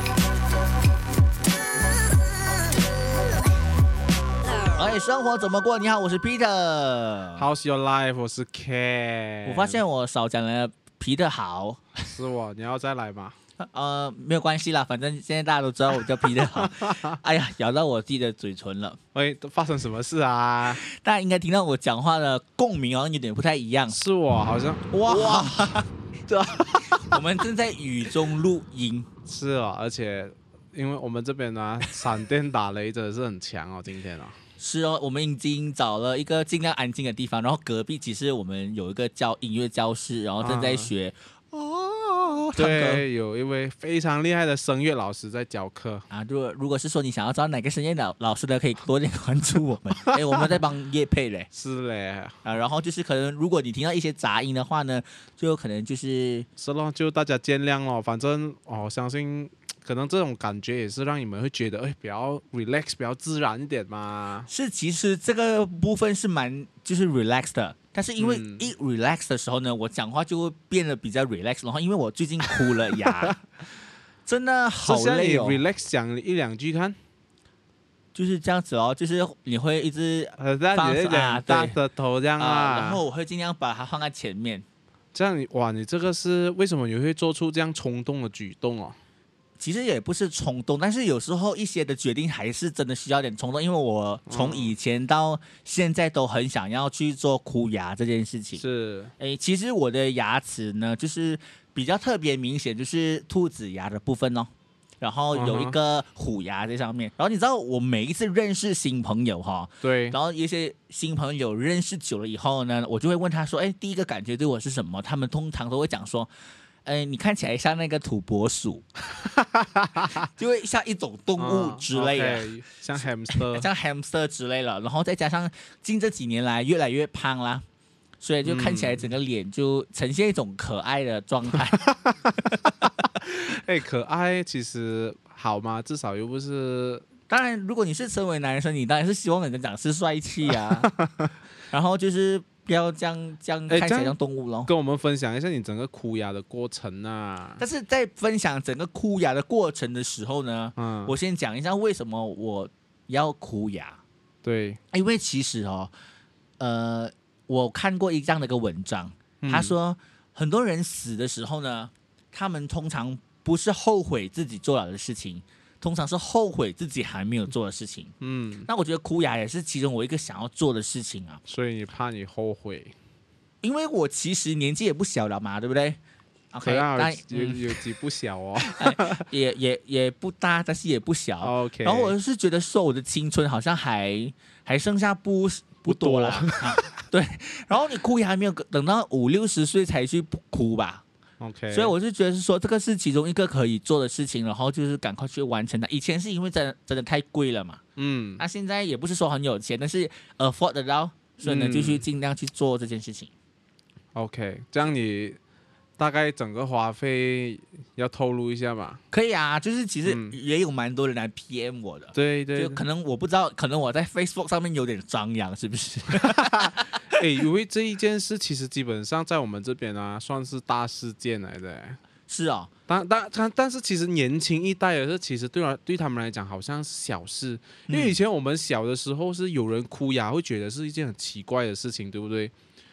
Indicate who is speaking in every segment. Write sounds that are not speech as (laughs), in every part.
Speaker 1: 所以哎生活怎么过？你好，我是 Peter。
Speaker 2: How's your life？我是 Ken。
Speaker 1: 啊我发现我少讲了皮特好，
Speaker 2: 是我，你要再来吗？
Speaker 1: 呃，没有关系啦，反正现在大家都知道我叫皮特好。哎呀，咬到我自己的嘴唇了，
Speaker 2: 喂，都发生什么
Speaker 1: (laughs)
Speaker 2: 事啊？
Speaker 1: 大家应该听到我讲话的共鸣好像有点不太一样。
Speaker 2: 是我，好像
Speaker 1: 哇，我们正在雨中录音，
Speaker 2: 是哦，而且因为我们这边呢、闪电打雷真的是很强哦，今天
Speaker 1: (laughs)
Speaker 2: 啊，
Speaker 1: 是哦，我们已经找了一个尽量安静的地方，然后隔壁其实我们有一个教音乐教室，然后正在学、哦，唱歌。
Speaker 2: 对，有一位非常厉害的声乐老师在教课。
Speaker 1: 啊，如果如果是说你想要找哪个声乐老老师的，可以多点关注我们。 (laughs) 哎，我们在帮叶配嘞
Speaker 2: 是嘞，
Speaker 1: 啊，然后就是可能如果你听到一些杂音的话呢，就可能就是
Speaker 2: 是咯，就大家见谅哦。反正哦，相信可能这种感觉也是让你们会觉得，哎，比较 relax，比较自然一点嘛。
Speaker 1: 是其实这个部分是蛮就是 relax 的，但是因为
Speaker 2: 嗯
Speaker 1: 一 relax 的时候呢，我讲话就会变得比较 relax，然后因为我最近哭了呀，
Speaker 2: (laughs)
Speaker 1: 真的好
Speaker 2: 这下
Speaker 1: 累
Speaker 2: 你
Speaker 1: 哦，
Speaker 2: relax 讲一两句看，
Speaker 1: 就是这样子哦，就是你会一直
Speaker 2: 呃，这样
Speaker 1: 放
Speaker 2: 你在
Speaker 1: 松啊
Speaker 2: 讲
Speaker 1: 对
Speaker 2: 大舌头这样
Speaker 1: 啊、
Speaker 2: 啊，
Speaker 1: 然后我会尽量把它放在前面。
Speaker 2: 这样你哇，你这个是为什么你会做出这样冲动的举动哦？
Speaker 1: 其实也不是冲动，但是有时候一些的决定还是真的需要点冲动，因为我从以前到现在都很想要去做箍牙这件事情。
Speaker 2: 是
Speaker 1: 诶，其实我的牙齿呢，就是比较特别明显，就是兔子牙的部分哦。然后有
Speaker 2: 嗯
Speaker 1: 一
Speaker 2: 哼
Speaker 1: 个虎牙在上面，然后你知道我每一次认识新朋友哈、
Speaker 2: 对，
Speaker 1: 然后一些新朋友认识久了以后呢，我就会问他说：“哎，第一个感觉对我是什么？”他们通常都会讲说：“哎，你看起来像那个土拨
Speaker 2: (laughs)
Speaker 1: 鼠，就会像一种动物之类的。
Speaker 2: 嗯，OK，像
Speaker 1: (laughs)
Speaker 2: hamster，
Speaker 1: 像 hamster 之类了，然后再加上近这几年来越来越胖啦，所以就看起来整个脸就呈现一种可爱的状态。
Speaker 2: 嗯哎，可爱其实好吗？至少又不是
Speaker 1: (laughs) 当然，如果你是身为男生，你当然是希望人家长是帅气
Speaker 2: (laughs)
Speaker 1: 啊，然后就是不要这样这样
Speaker 2: 哎
Speaker 1: 看起
Speaker 2: 这
Speaker 1: 来
Speaker 2: 样
Speaker 1: 像动物咯。
Speaker 2: 跟我们分享一下你整个哭牙的过程啊。
Speaker 1: 但是在分享整个哭牙的过程的时候呢，
Speaker 2: 嗯，
Speaker 1: 我先讲一下为什么我要哭牙，
Speaker 2: 对，
Speaker 1: 因为其实哦，呃，我看过一这样的一个文章，他
Speaker 2: 嗯
Speaker 1: 说很多人死的时候呢，他们通常不是后悔自己做了的事情，通常是后悔自己还没有做的事情。
Speaker 2: 嗯，
Speaker 1: 那我觉得哭牙也是其中我一个想要做的事情啊，
Speaker 2: 所以你怕你后悔，
Speaker 1: 因为我其实年纪也不小了嘛，对不对？OK，
Speaker 2: 可
Speaker 1: 但
Speaker 2: 能啊有
Speaker 1: 嗯、
Speaker 2: 有有几不
Speaker 1: (laughs)
Speaker 2: 小哦。
Speaker 1: 也也也不大，但是也不小。
Speaker 2: OK，
Speaker 1: 然后我是觉得说我的青春好像还还剩下不不多了、啊 (laughs) 对。然后你哭也还没有等到五六十岁才去哭吧，
Speaker 2: OK，
Speaker 1: 所以我是觉得是说这个是其中一个可以做的事情，然后就是赶快去完成它。以前是因为真的真的太贵了嘛，
Speaker 2: 嗯
Speaker 1: 那、现在也不是说很有钱，但是 afford 得到，所以呢
Speaker 2: 嗯
Speaker 1: 就去尽量去做这件事情。
Speaker 2: OK，这样你大概整个花费要透露一下吧。
Speaker 1: 可以啊，就是其实
Speaker 2: 嗯
Speaker 1: 也有蛮多人来 PM 我的。
Speaker 2: 对对
Speaker 1: 就，可能我不知道，可能我在 Facebook 上面有点张扬，是不是？ (laughs)
Speaker 2: 哎，因为这一件事其实基本上在我们这边啊，算是大事件来的欸。
Speaker 1: 是哦，
Speaker 2: 但但但但是，其实年轻一代的是，其实对来对他们来讲好像是小事，因为以前我们小的时候是有人哭牙，会觉得是一件很奇怪的事情，对不对？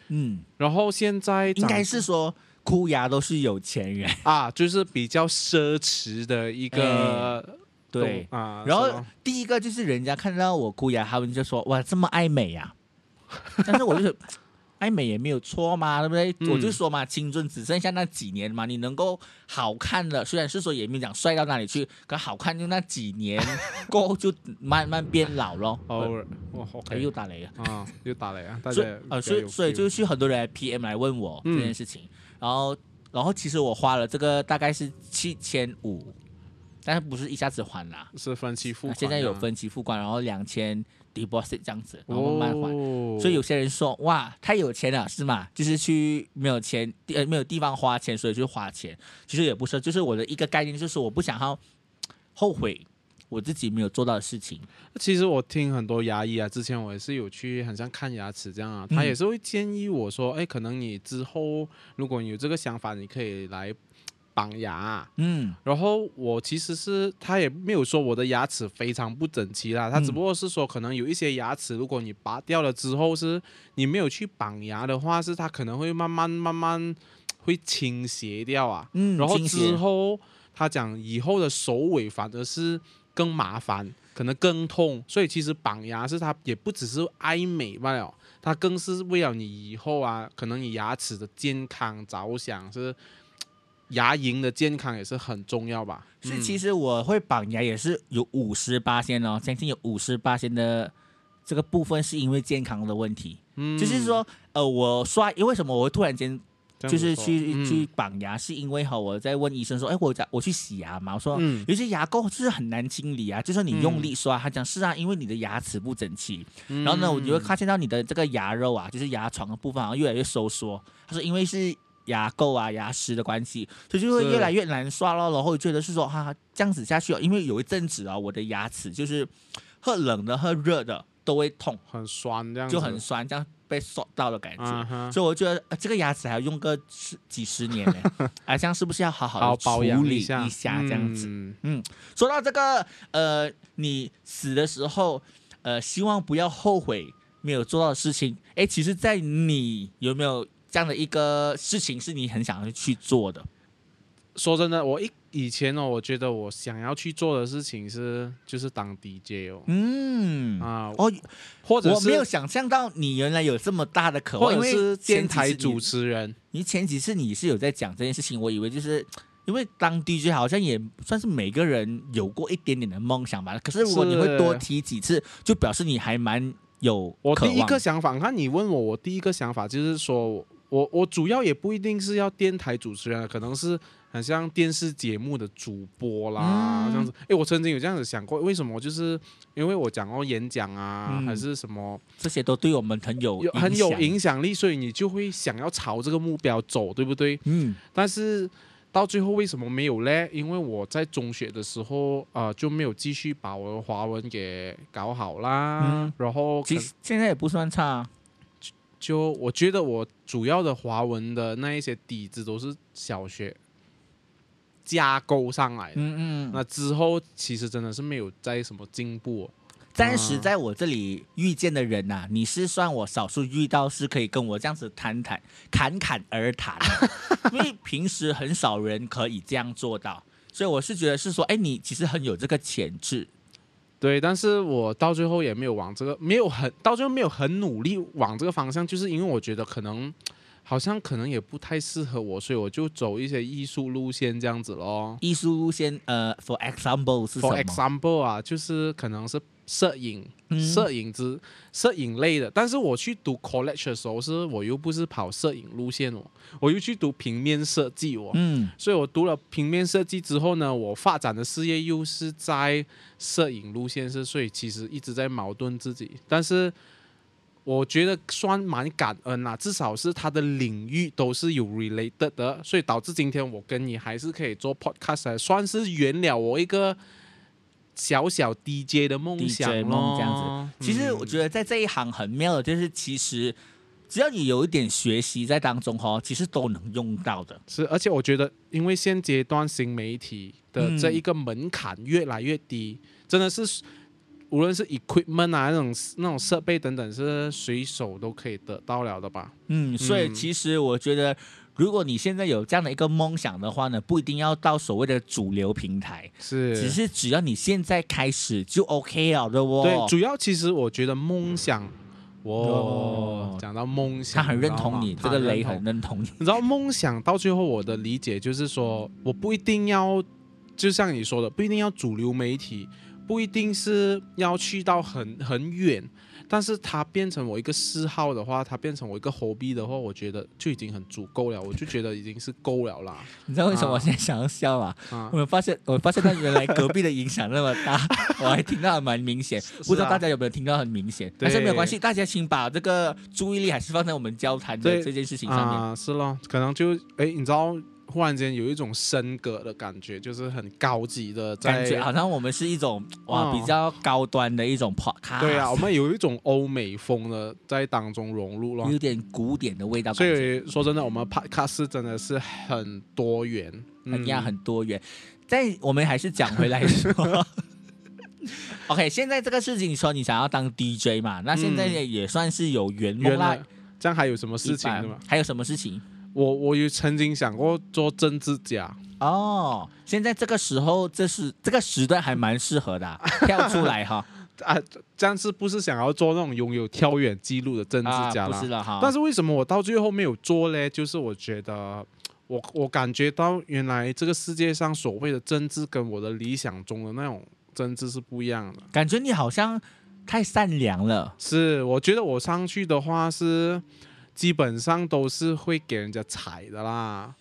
Speaker 1: 嗯，
Speaker 2: 然后现在
Speaker 1: 应
Speaker 2: 长
Speaker 1: 该是说哭牙都是有钱
Speaker 2: (laughs)
Speaker 1: 人，
Speaker 2: 啊，就是比较奢侈的一个动、
Speaker 1: 哎对。
Speaker 2: 啊，
Speaker 1: 然
Speaker 2: 是
Speaker 1: 后
Speaker 2: 吗
Speaker 1: 第一个就是人家看到我哭牙，他们就说哇这么爱美
Speaker 2: (laughs)
Speaker 1: 呀、但是我就是爱美也没有错嘛，对不对？
Speaker 2: 嗯
Speaker 1: 我就说嘛，青春只剩下那几年嘛，你能够好看的，虽然是说也没讲帅到哪里去，可好看就那几年，过后就慢慢变老
Speaker 2: (laughs)
Speaker 1: 咯。
Speaker 2: 偶尔哇，OK，哦
Speaker 1: 哎又打雷了。
Speaker 2: 啊，又打雷啊！大
Speaker 1: 所以
Speaker 2: 家
Speaker 1: 呃，所以所以就是很多人来 PM 来问我这
Speaker 2: 嗯
Speaker 1: 件事情，然后然后其实我花了这个大概是七千五，但是不是一下子还啦，
Speaker 2: 是分期付
Speaker 1: 啊
Speaker 2: 款、
Speaker 1: 现在有，分期付款，然后两千 deposit 这样子，然后
Speaker 2: 哦，
Speaker 1: 慢慢还。所以有些人说哇，太有钱了是吗？就是去没有钱，呃，没有地方花钱，所以去花钱。其实也不是，就是我的一个概念，就是我不想要后悔我自己没有做到的事情。
Speaker 2: 其实我听很多牙医啊，之前我也是有去，很像看牙齿这样啊，他
Speaker 1: 嗯
Speaker 2: 也是会建议我说，哎，可能你之后如果你有这个想法，你可以来。绑牙。
Speaker 1: 嗯
Speaker 2: 然后我其实是他也没有说我的牙齿非常不整齐
Speaker 1: 嗯
Speaker 2: 啦，他只不过是说可能有一些牙齿，如果你拔掉了之后是你没有去绑牙的话，是它可能会慢慢慢慢会倾斜掉啊。
Speaker 1: 嗯，
Speaker 2: 然后
Speaker 1: 倾斜
Speaker 2: 之后他讲以后的首尾反而是更麻烦，可能更痛，所以其实绑牙是它也不只是爱美罢了，它更是为了你以后啊，可能你牙齿的健康着想，是牙龈的健康也是很重要吧。嗯
Speaker 1: 是，其实我会绑牙也是有五十八仙哦，将近有五十八仙的这个部分是因为健康的问题，
Speaker 2: 嗯
Speaker 1: 就是，说，呃，我刷，因为什么我会突然间
Speaker 2: 这样
Speaker 1: 就是
Speaker 2: 子说嗯
Speaker 1: 去、去，绑牙，是因为哈我在问医生说，哎，我在我去洗牙嘛，我说。
Speaker 2: 嗯
Speaker 1: 有些牙垢就是很难清理啊，就算你用力刷，他讲是啊，因为你的牙齿不整齐。
Speaker 2: 嗯，
Speaker 1: 然后呢，我就会
Speaker 2: 嗯
Speaker 1: 发现到你的这个牙肉啊，就是牙床的部分好像越来越收缩。他说因为是牙垢啊、牙石的关系，所以就会
Speaker 2: 是
Speaker 1: 越来越难刷咯。然后我觉得是说，哈、这样子下去哦，因为有一阵子啊，我的牙齿就是喝冷的、喝热的都会痛，
Speaker 2: 很酸这样子，
Speaker 1: 就很酸，这样被刷到的感觉。
Speaker 2: 啊哈
Speaker 1: 所以我觉得、呃这个牙齿还要用个十几十年呢、
Speaker 2: (laughs)
Speaker 1: 啊，这样是不是要好
Speaker 2: 好
Speaker 1: 好的
Speaker 2: 保
Speaker 1: 处
Speaker 2: 养
Speaker 1: 理一
Speaker 2: 下，
Speaker 1: 这样子？
Speaker 2: 嗯
Speaker 1: 说到这个，呃，你死的时候，呃，希望不要后悔没有做到的事情。诶，其实，在你有没有这样的一个事情是你很想要去做的？
Speaker 2: 说真的，我一以前哦，我觉得我想要去做的事情是就是当 DJ 哦，
Speaker 1: 嗯，
Speaker 2: 啊，
Speaker 1: 哦，
Speaker 2: 或者
Speaker 1: 我没有
Speaker 2: 是
Speaker 1: 想象到你原来有这么大的渴望，
Speaker 2: 或
Speaker 1: 因
Speaker 2: 者
Speaker 1: 为
Speaker 2: 是
Speaker 1: 前
Speaker 2: 电
Speaker 1: 几
Speaker 2: 台
Speaker 1: 次你
Speaker 2: 主持人，
Speaker 1: 你前几次你是有在讲这件事情，我以为就是。因为当 DJ 好像也算是每个人有过一点点的梦想吧，可是如果你会
Speaker 2: 是
Speaker 1: 多提几次，就表示你还蛮有
Speaker 2: 我
Speaker 1: 渴
Speaker 2: 第一
Speaker 1: 望
Speaker 2: 个想法，你看你问我，我第一个想法就是说我我我主要也不一定是要电台主持人啊，可能是很像电视节目的主播啦、
Speaker 1: 嗯
Speaker 2: 这样子。诶，我曾经有这样子想过，为什么？就是因为我讲过演讲啊，
Speaker 1: 嗯
Speaker 2: 还是什么
Speaker 1: 这些都对我们很有
Speaker 2: 有很有
Speaker 1: 响
Speaker 2: 影响力，所以你就会想要朝这个目标走，对不对？
Speaker 1: 嗯
Speaker 2: 但是到最后为什么没有嘞？因为我在中学的时候，呃，就没有继续把我的华文给搞好啦。
Speaker 1: 嗯
Speaker 2: 然后，可
Speaker 1: 其实现在也不算差啊。
Speaker 2: 就我觉得我主要的华文的那一些底子都是小学架构上来的。
Speaker 1: 嗯
Speaker 2: 那之后其实真的是没有在什么进步哦、
Speaker 1: 暂时在我这里遇见的人呐、啊你是算我少数遇到是可以跟我这样子谈谈 (laughs) 侃侃而谈
Speaker 2: (laughs)
Speaker 1: 的，因为平时很少人可以这样做到，所以我是觉得是说，哎，你其实很有这个潜质。
Speaker 2: 对，但是我到最后也没有往这个，没有很到最后没有很努力往这个方向，就是因为我觉得可能好像可能也不太适合我，所以我就走一些艺术路线这样子咯。
Speaker 1: 艺术路线，呃，for example 是什
Speaker 2: For
Speaker 1: 么？
Speaker 2: example 啊，就是可能是摄影、
Speaker 1: 嗯
Speaker 2: 摄影之摄影类的，但是我去读 college 的时候，是我又不是跑摄影路线哦，我又去读平面设计哦。
Speaker 1: 嗯
Speaker 2: 所以我读了平面设计之后呢，我发展的事业又是在摄影路线是，所以其实一直在矛盾自己。但是我觉得算蛮感恩啦，至少是它的领域都是有 related 的，所以导致今天我跟你还是可以做 podcast，来算是圆了我一个小小 DJ 的梦想
Speaker 1: DJ
Speaker 2: 咯。
Speaker 1: 梦这样
Speaker 2: 子
Speaker 1: 其实我觉得在这一行很妙的就是，其实只要你有一点学习在当中哈、哦，其实都能用到的。
Speaker 2: 是，而且我觉得，因为现阶段新媒体的这
Speaker 1: 嗯
Speaker 2: 一个门槛越来越低，真的是无论是 equipment 啊那种那种设备等等，是随手都可以得到了的吧？
Speaker 1: 嗯，所以
Speaker 2: 嗯
Speaker 1: 其实我觉得，如果你现在有这样的一个梦想的话呢，不一定要到所谓的主流平台，
Speaker 2: 是
Speaker 1: 只是只要你现在开始就 OK 了的哦。
Speaker 2: 对，主要其实我觉得梦想，哇、
Speaker 1: 哦
Speaker 2: 讲到梦想，
Speaker 1: 他很认同你，
Speaker 2: 知
Speaker 1: 这
Speaker 2: 道吗
Speaker 1: 个雷。
Speaker 2: 他很认
Speaker 1: 很
Speaker 2: 同
Speaker 1: 认同你。 (laughs)
Speaker 2: 你知道梦想到最后，我的理解就是说，我不一定要，就像你说的，不一定要主流媒体，不一定是要去到很很远，但是它变成我一个嗜好的话，它变成我一个 hobby 的话，我觉得就已经很足够了，我就觉得已经是够了啦。
Speaker 1: 你知道为什么我
Speaker 2: 啊
Speaker 1: 现在想要笑吗？
Speaker 2: 啊
Speaker 1: 我，们发现，我发现到原来隔壁的影响那么大，我还听到还蛮明
Speaker 2: (laughs) 啊
Speaker 1: 显，不知道大家有没有听到很明显，但是没有关系，大家请把这个注意力还是放在我们交谈的
Speaker 2: 对
Speaker 1: 这件事情上面。
Speaker 2: 啊，是咯，可能就哎，你知道，忽然间有一种升格的感觉，就是很高级的在，
Speaker 1: 感觉好像我们是一种哇、
Speaker 2: 哦
Speaker 1: 比较高端的一种 podcast，
Speaker 2: 对啊，我们有一种欧美风的在当中融入咯。
Speaker 1: 有点古典的味道。
Speaker 2: 所以说真的，我们 podcast 真的是很多元，嗯
Speaker 1: 很样很多元。但我们还是讲回来说 (laughs) ，OK，现在这个事情说你想要当 DJ 嘛，那现在也也算是有圆梦
Speaker 2: 原
Speaker 1: 啦
Speaker 2: 来。这样还有什么嗯事情
Speaker 1: 一
Speaker 2: 的
Speaker 1: 般
Speaker 2: 吗？
Speaker 1: 还有什么事情？
Speaker 2: 我我有曾经想过做针指甲，
Speaker 1: 哦，现在这个时候，这是这个时段还蛮适合的
Speaker 2: (laughs)
Speaker 1: 啊、跳出来哈，
Speaker 2: 啊但是不是想要做那种拥有挑远记录的针指
Speaker 1: 啊，
Speaker 2: 甲
Speaker 1: 不
Speaker 2: 啦
Speaker 1: 是？了哈。
Speaker 2: 但是为什么我到最后没有做嘞？就是我觉得，我我感觉到原来这个世界上所谓的政治跟我的理想中的那种政治是不一样的。
Speaker 1: 感觉你好像太善良了，
Speaker 2: 是，我觉得我上去的话是基本上都是会给人家踩的啦。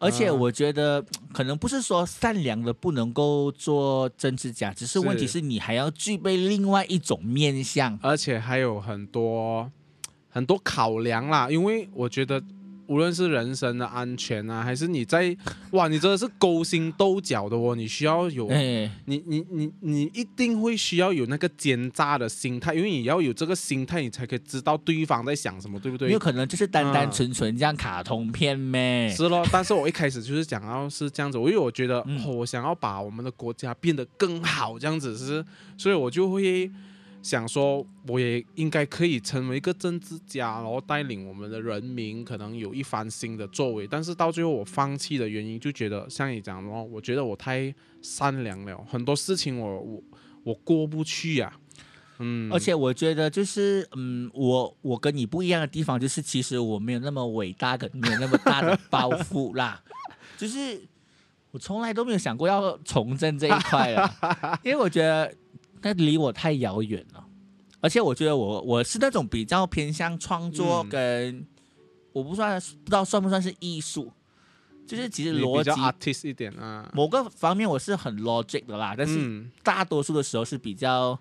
Speaker 1: 而且
Speaker 2: 啊
Speaker 1: 我觉得可能不是说善良的不能够做针指甲，只是问题是
Speaker 2: 是
Speaker 1: 你还要具备另外一种面相。
Speaker 2: 而且还有很多很多考量啦，因为我觉得无论是人身的安全啊，还是你在哇，你真的是勾心斗角的哦，你需要有
Speaker 1: 哎，
Speaker 2: 你你你你一定会需要有那个奸诈的心态，因为你要有这个心态，你才可以知道对方在想什么，对不
Speaker 1: 因
Speaker 2: 对
Speaker 1: 为？可能就是单单
Speaker 2: 嗯
Speaker 1: 纯纯这样卡通片咩。
Speaker 2: 是咯，但是我一开始就是想要是这样子，因为我觉得、
Speaker 1: 嗯
Speaker 2: 哦、我想要把我们的国家变得更好，这样子
Speaker 1: 嗯
Speaker 2: 是，所以我就会想说，我也应该可以成为一个政治家，然后带领我们的人民可能有一番新的作为。但是到最后我放弃的原因，就觉得像你讲的哦，我觉得我太善良了，很多事情我我我过不去呀、嗯，
Speaker 1: 而且我觉得就是，嗯，我我跟你不一样的地方就是，其实我没有那么伟大跟没有那么大的抱负啦，就是我从来都没有想过要从政这一块
Speaker 2: (laughs)
Speaker 1: 啊，因为我觉得那离我太遥远了，而且我觉得我我是那种比较偏向创作
Speaker 2: 嗯
Speaker 1: 跟、我不算不知道算不算是艺术，就是其实
Speaker 2: 你
Speaker 1: 逻
Speaker 2: 比较
Speaker 1: 辑嗯
Speaker 2: artist 一点啊，
Speaker 1: 某个方面我是很 logic 的啦，但是
Speaker 2: 嗯
Speaker 1: 大多数的时候是比较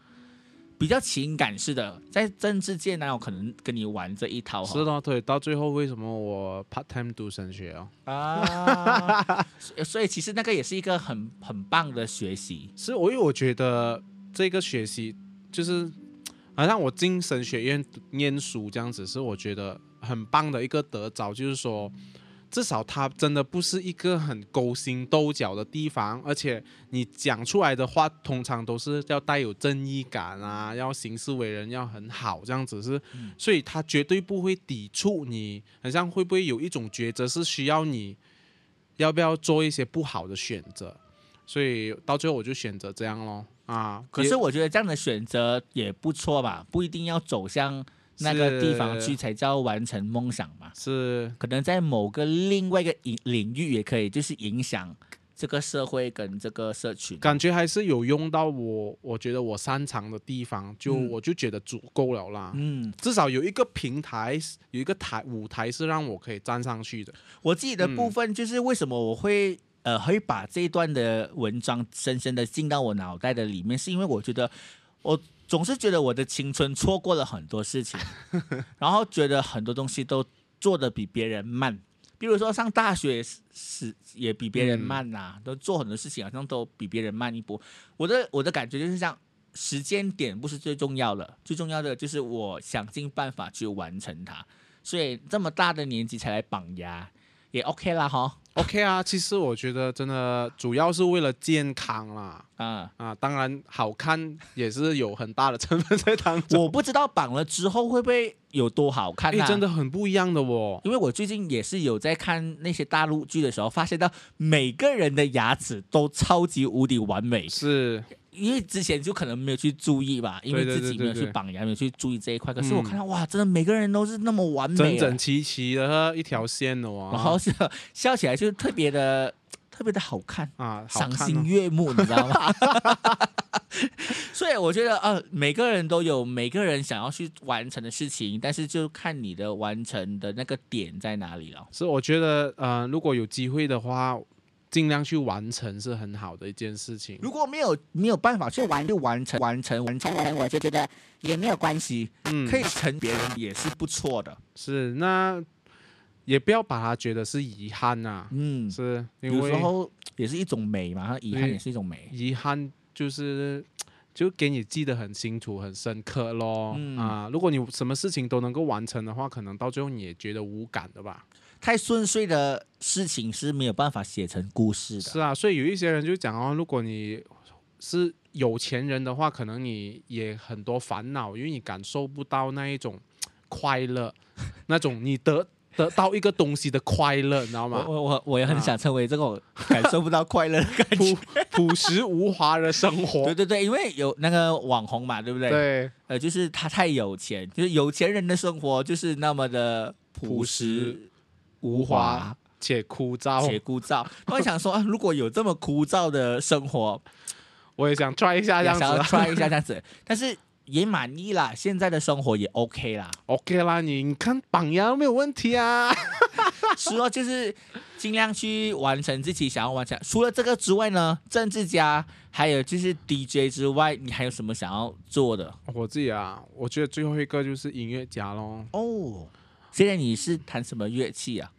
Speaker 1: 比较情感式的，在政治界哪有可能跟你玩这一套
Speaker 2: 是
Speaker 1: 哈？
Speaker 2: 咯，对，到最后为什么我 part time 读神学哦？ (laughs)
Speaker 1: 啊，所所以其实那个也是一个很很棒的学习。
Speaker 2: 是我因为我觉得这个学习就是，好像我进神学院读念书这样子，是我觉得很棒的一个得着，就是说。至少它真的不是一个很勾心斗角的地方，而且你讲出来的话，通常都是要带有正义感啊，要行事为人要很好这样子是，
Speaker 1: 嗯
Speaker 2: 所以他绝对不会抵触你。好像会不会有一种抉择是需要你要不要做一些不好的选择？所以到最后我就选择这样咯。啊。
Speaker 1: 可
Speaker 2: 也
Speaker 1: 是我觉得这样的选择也不错吧，不一定要走向那
Speaker 2: 是
Speaker 1: 个地方去才叫完成梦想嘛。
Speaker 2: 是
Speaker 1: 可能在某个另外一个领领域也可以，就是影响这个社会跟这个社群。
Speaker 2: 感觉还是有用到我，我觉得我擅长的地方，就、
Speaker 1: 嗯
Speaker 2: 我就觉得足够了啦。
Speaker 1: 嗯，
Speaker 2: 至少有一个平台，有一个台舞台是让我可以站上去的。
Speaker 1: 我自己的部分就是为什么我会、呃会把这一段的文章深深的进到我脑袋的里面，是因为我觉得我总是觉得我的青春错过了很多事
Speaker 2: (laughs)
Speaker 1: 情，然后觉得很多东西都做的比别人慢。比如说上大学是也比别人慢呐、
Speaker 2: 嗯
Speaker 1: 都做很多事情好像都比别人慢一步。我的我的感觉就是这样，时间点不是最重要的，最重要的就是我想尽办法去完成它。所以这么大的年纪才来绑牙，也 OK 啦哈。
Speaker 2: OK 啊，其实我觉得真的主要是为了健康啦。
Speaker 1: 啊、
Speaker 2: 啊，当然好看也是有很大的成分在当中。
Speaker 1: (laughs) 我不知道绑了之后会不会有多好看
Speaker 2: 哎、
Speaker 1: 啊？
Speaker 2: 真的，很不一样的哦。
Speaker 1: 因为我最近也是有在看那些大陆剧的时候，发现到每个人的牙齿都超级无敌完美，
Speaker 2: 是，
Speaker 1: 因为之前就可能没有去注意吧，因为
Speaker 2: 对对
Speaker 1: 自己
Speaker 2: 对
Speaker 1: 没有
Speaker 2: 对
Speaker 1: 去
Speaker 2: 对
Speaker 1: 绑牙，没有去注意这一块。可是我
Speaker 2: 嗯
Speaker 1: 看到、哇，真的每个人都是那么完美
Speaker 2: 整
Speaker 1: 啊，
Speaker 2: 整齐齐的一条线的哦。
Speaker 1: 然后是笑起来就特别的特别的好看。
Speaker 2: 啊，好
Speaker 1: 赏
Speaker 2: 看、
Speaker 1: 心
Speaker 2: 哦。
Speaker 1: 悦目，你知道
Speaker 2: (laughs)
Speaker 1: 吗？ (laughs) 所以我觉得，呃，每个人都有每个人想要去完成的事情，但是就看你的完成的那个点在哪里了。
Speaker 2: 是，我觉得呃，如果有机会的话，尽量去完成是很好的一件事情。
Speaker 1: 如果没有没有办法去完就完成完成完成
Speaker 3: 成人，我就觉得也没有关
Speaker 1: 关
Speaker 3: 系。
Speaker 1: 系，
Speaker 2: 嗯，
Speaker 1: 可以成别人也是不错的。
Speaker 2: 是那也不要把它觉得是遗憾呐、
Speaker 1: 嗯，
Speaker 2: 是因
Speaker 1: 有时
Speaker 2: 为嗯
Speaker 1: 候也是一种美嘛，遗憾
Speaker 2: 对
Speaker 1: 也是一种美。
Speaker 2: 遗憾就是。就给你记得很清楚、很深刻咯、
Speaker 1: 嗯
Speaker 2: 啊！如果你什么事情都能够完成的话，可能到最后你也觉得无感的吧？
Speaker 1: 太顺遂的事情是没有办法写成故事的。
Speaker 2: 是啊，所以有一些人就讲哦，如果你是有钱人的话，可能你也很多烦恼，因为你感受不到那一种快乐， (laughs) 那种你得得到一个东西的快乐，你知道
Speaker 1: 我
Speaker 2: 吗？
Speaker 1: 我我我也很
Speaker 2: 啊
Speaker 1: 想成为这种感受不到快乐的感
Speaker 2: (laughs)
Speaker 1: 觉
Speaker 2: 朴。朴实无华的生活
Speaker 1: 对，对对，因为有那个网红嘛，对不对？
Speaker 2: 对，
Speaker 1: 呃，就是他太有钱，就是有钱人的生活就是那么的朴
Speaker 2: 朴实
Speaker 1: 实无华
Speaker 2: 且枯燥
Speaker 1: 且。枯燥。我想说、啊，如果有这么枯燥的生活，
Speaker 2: 我也想 try 一下
Speaker 1: 也
Speaker 2: 这样
Speaker 1: 想
Speaker 2: 子
Speaker 1: 要
Speaker 2: (laughs) 啊
Speaker 1: try 一下这样子，但是也满意啦，现在的生活也 OK 啦。
Speaker 2: ，OK 啦，你你看榜样没有问题啊。 (laughs)
Speaker 1: 是哦，就是尽量去完成自己想要完成。除了这个之外呢，政治家还有就是 DJ 之外，你还有什么想要做的？
Speaker 2: 我自己啊，我觉得最后一个就是音乐家咯。
Speaker 1: 哦，现在你是弹什么乐器啊？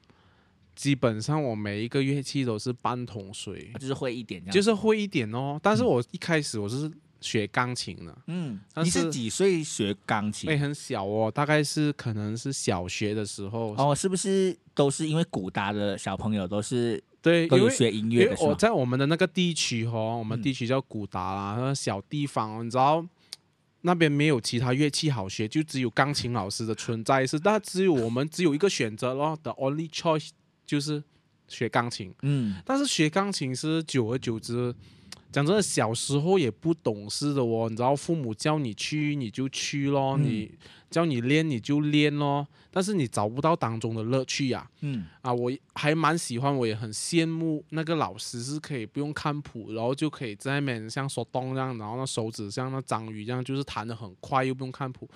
Speaker 2: 基本上我每一个乐器都是半桶水，
Speaker 1: 就是会一点这样，
Speaker 2: 就是是会一点哦。但是我一开始我是学钢琴的，
Speaker 1: 嗯，
Speaker 2: 但
Speaker 1: 你
Speaker 2: 是
Speaker 1: 是几岁学钢
Speaker 2: 也、
Speaker 1: 琴？
Speaker 2: 很小哦，大概是可能是小学的时候。
Speaker 1: 哦，是不是都是因为古达的小朋友都是
Speaker 2: 对，
Speaker 1: 都
Speaker 2: 因
Speaker 1: 有
Speaker 2: 为
Speaker 1: 学音
Speaker 2: 因
Speaker 1: 乐
Speaker 2: 为
Speaker 1: 的是
Speaker 2: 我
Speaker 1: 吗？
Speaker 2: 在我们的那个地区哦，我们
Speaker 1: 嗯
Speaker 2: 地区叫古达啦，那小地方哦，你知道。那边没有其他乐器好学，就只有钢琴老师的存在是，那只有我们只有一个选择咯，the only choice 就是学钢琴。
Speaker 1: 嗯，
Speaker 2: 但是学钢琴是久而久之，讲真的，小时候也不懂事的哦。你知道，父母叫你去你就去咯，
Speaker 1: 嗯
Speaker 2: 你叫你练你就练咯，但是你找不到当中的乐趣呀、
Speaker 1: 嗯，
Speaker 2: 啊，我还蛮喜欢，我也很羡慕那个老师是可以不用看谱，然后就可以在那边像说咚这样，然后那手指像那章鱼这样，就是弹得很快又不用看谱。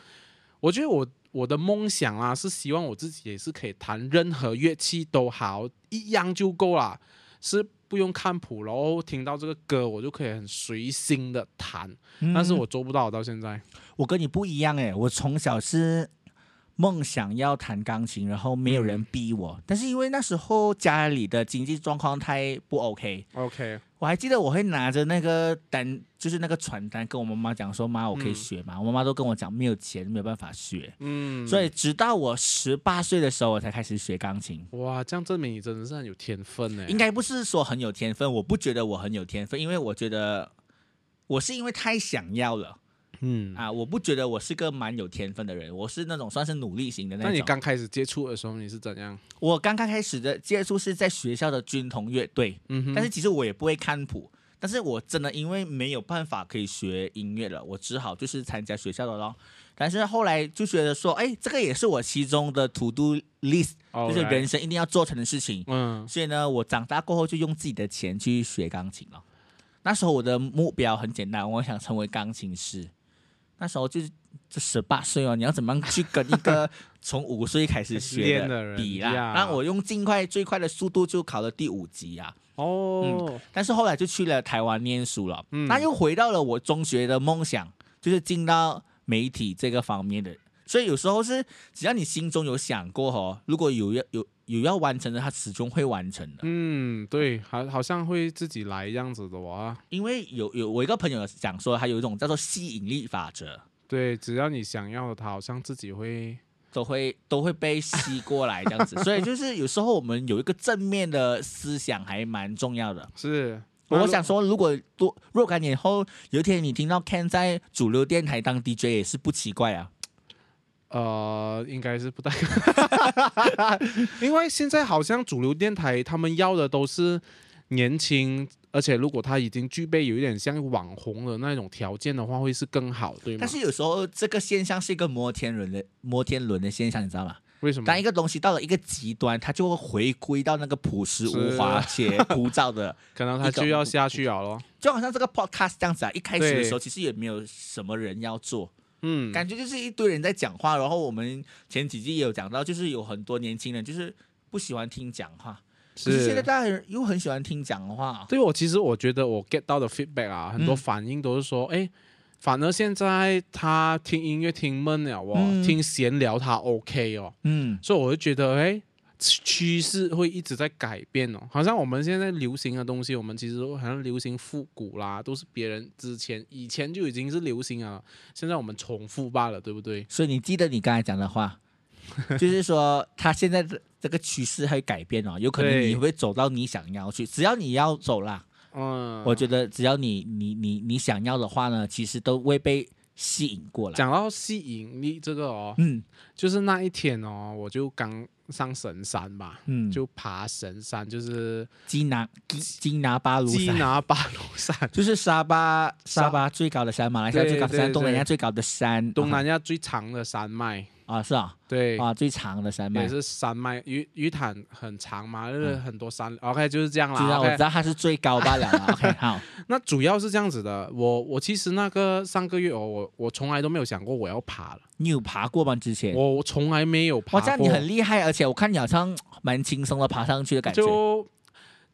Speaker 2: 我觉得我我的梦想啊，是希望我自己也是可以弹任何乐器都好，一样就够啦，是不用看谱，然后听到这个歌我就可以很随心的弹。
Speaker 1: 嗯
Speaker 2: 但是我做不到，到现在。
Speaker 1: 我跟你不一样哎，我从小是梦想要弹钢琴，然后没有人逼我，但是因为那时候家里的经济状况太不 OK，
Speaker 2: OK，
Speaker 1: 我还记得我会拿着那个单，就是那个传单跟我妈妈讲说：“妈，我可以
Speaker 2: 嗯
Speaker 1: 学吗？”我妈妈都跟我讲没有钱，没有办法学。
Speaker 2: 嗯，
Speaker 1: 所以直到我十八岁的时候，我才开始学钢琴。
Speaker 2: 哇，这样证明你真的是很有天分呢。
Speaker 1: 应该不是说很有天分，我不觉得我很有天分，因为我觉得我是因为太想要了
Speaker 2: 嗯，
Speaker 1: 啊！我不觉得我是个蛮有天分的人，我是那种算是努力型的那
Speaker 2: 那
Speaker 1: 种。
Speaker 2: 你刚开始接触的时候，你是怎样？
Speaker 1: 我刚刚开始的接触是在学校的军童乐队，
Speaker 2: 嗯哼，
Speaker 1: 但是其实我也不会看谱，但是我真的因为没有办法可以学音乐了，我只好就是参加学校的咯。但是后来就觉得说，哎，这个也是我其中的 to do list，就是
Speaker 2: Alright
Speaker 1: 人生一定要做成的事情。
Speaker 2: 哦嗯
Speaker 1: 所以呢，我长大过后就用自己的钱去学钢琴了。那时候我的目标很简单，我想成为钢琴师。那时候就是这十八岁哦，你要怎么样去跟一个从五岁开始学
Speaker 2: 练的人
Speaker 1: 比啦？
Speaker 2: 呀
Speaker 1: 那我用尽快最快的速度就考了第五级啊。
Speaker 2: 哦
Speaker 1: 但是后来就去了台湾念书了，
Speaker 2: 嗯
Speaker 1: 那又回到了我中学的梦想，就是进到媒体这个方面的。所以有时候是，只要你心中有想过哦，如果有要有有要完成的，它始终会完成的。
Speaker 2: 嗯对，好好像会自己来这样子的哇、
Speaker 1: 因为有有我一个朋友讲说，他有一种叫做吸引力法则，
Speaker 2: 对，只要你想要的，他好像自己会
Speaker 1: 都会都会被吸过来这样
Speaker 2: (laughs)
Speaker 1: 子。所以就是有时候我们有一个正面的思想还蛮重要的。
Speaker 2: 是。那
Speaker 1: 我
Speaker 2: 如
Speaker 1: 想，说，如果多若干年后有一天你听到 Ken 在主流电台当 DJ 也是不奇怪啊。
Speaker 2: 呃，应该是 (laughs) 不太，因为现在好像主流电台他们要的都是年轻，而且如果他已经具备有一点像网红的那种条件的话，会是更好，对吗？
Speaker 1: 但是有时候这个现象是一个摩天轮的摩天轮的现象，你知道吗？
Speaker 2: 为什么？
Speaker 1: 当一个东西到了一个极端，它就会回归到那个朴实无华且枯燥的，
Speaker 2: 可能他就要下去了咯。
Speaker 1: 就好像这个 podcast 这样子啊。一开始的时候，其实也没有什么人要做，
Speaker 2: 嗯，
Speaker 1: 感觉就是一堆人在讲话。然后我们前几季也有讲到，就是有很多年轻人就是不喜欢听讲话，可是现在大家又很喜欢听讲话。
Speaker 2: 对我其实我觉得我 get 到的 feedback 啊，很多
Speaker 1: 嗯
Speaker 2: 反应都是说，哎、反而现在他听音乐听闷了哦，
Speaker 1: 嗯
Speaker 2: 听闲聊他 OK 哦，
Speaker 1: 嗯，
Speaker 2: 所以我就觉得，哎，趋势会一直在改变哦。好像我们现在流行的东西，我们其实好像流行复古啦，都是别人之前以前就已经是流行啊，现在我们重复罢了，对不对？ (laughs)
Speaker 1: 所以你记得你刚才讲的话，就是说他现在的这个趋势会改变哦，有可能
Speaker 2: 对
Speaker 1: 你会走到你想要去，只要你要走啦，
Speaker 2: 嗯，
Speaker 1: 我觉得只要你你你你想要的话呢，其实都会被吸引过来。
Speaker 2: 讲到吸引力这个哦，
Speaker 1: 嗯
Speaker 2: 就是那一天哦，我就刚上神山吧，
Speaker 1: 嗯，就
Speaker 2: 就爬神山，就是
Speaker 1: 基拿基基拿巴鲁
Speaker 2: 基
Speaker 1: 山，
Speaker 2: 拿巴鲁
Speaker 1: (laughs)
Speaker 2: 山，
Speaker 1: 就是沙巴沙
Speaker 2: 沙
Speaker 1: 巴最高的山，马来西亚
Speaker 2: 对
Speaker 1: 最高的
Speaker 2: 对
Speaker 1: 山，东南亚
Speaker 2: 对
Speaker 1: 最高的山，
Speaker 2: 东南亚最长的山脉，
Speaker 1: 啊是啊
Speaker 2: 对，
Speaker 1: 啊最长的山脉，嗯
Speaker 2: 也
Speaker 1: 就是
Speaker 2: 山脉，鱼鱼潭很长嘛，就是很多山。OK，就是这样啦。
Speaker 1: 让我
Speaker 2: OK，
Speaker 1: 知道它是最高罢了
Speaker 2: (laughs)
Speaker 1: 啦。OK 好，
Speaker 2: 那主要是这样子的，我我其实那个上个月哦，我我从来都没有想过我要爬了，
Speaker 1: 你有爬过吗？之前
Speaker 2: 我我从来没有爬
Speaker 1: 哇，
Speaker 2: 过。
Speaker 1: 这样你很厉害，而且我看你好像蛮轻松的爬上去的感觉。
Speaker 2: 就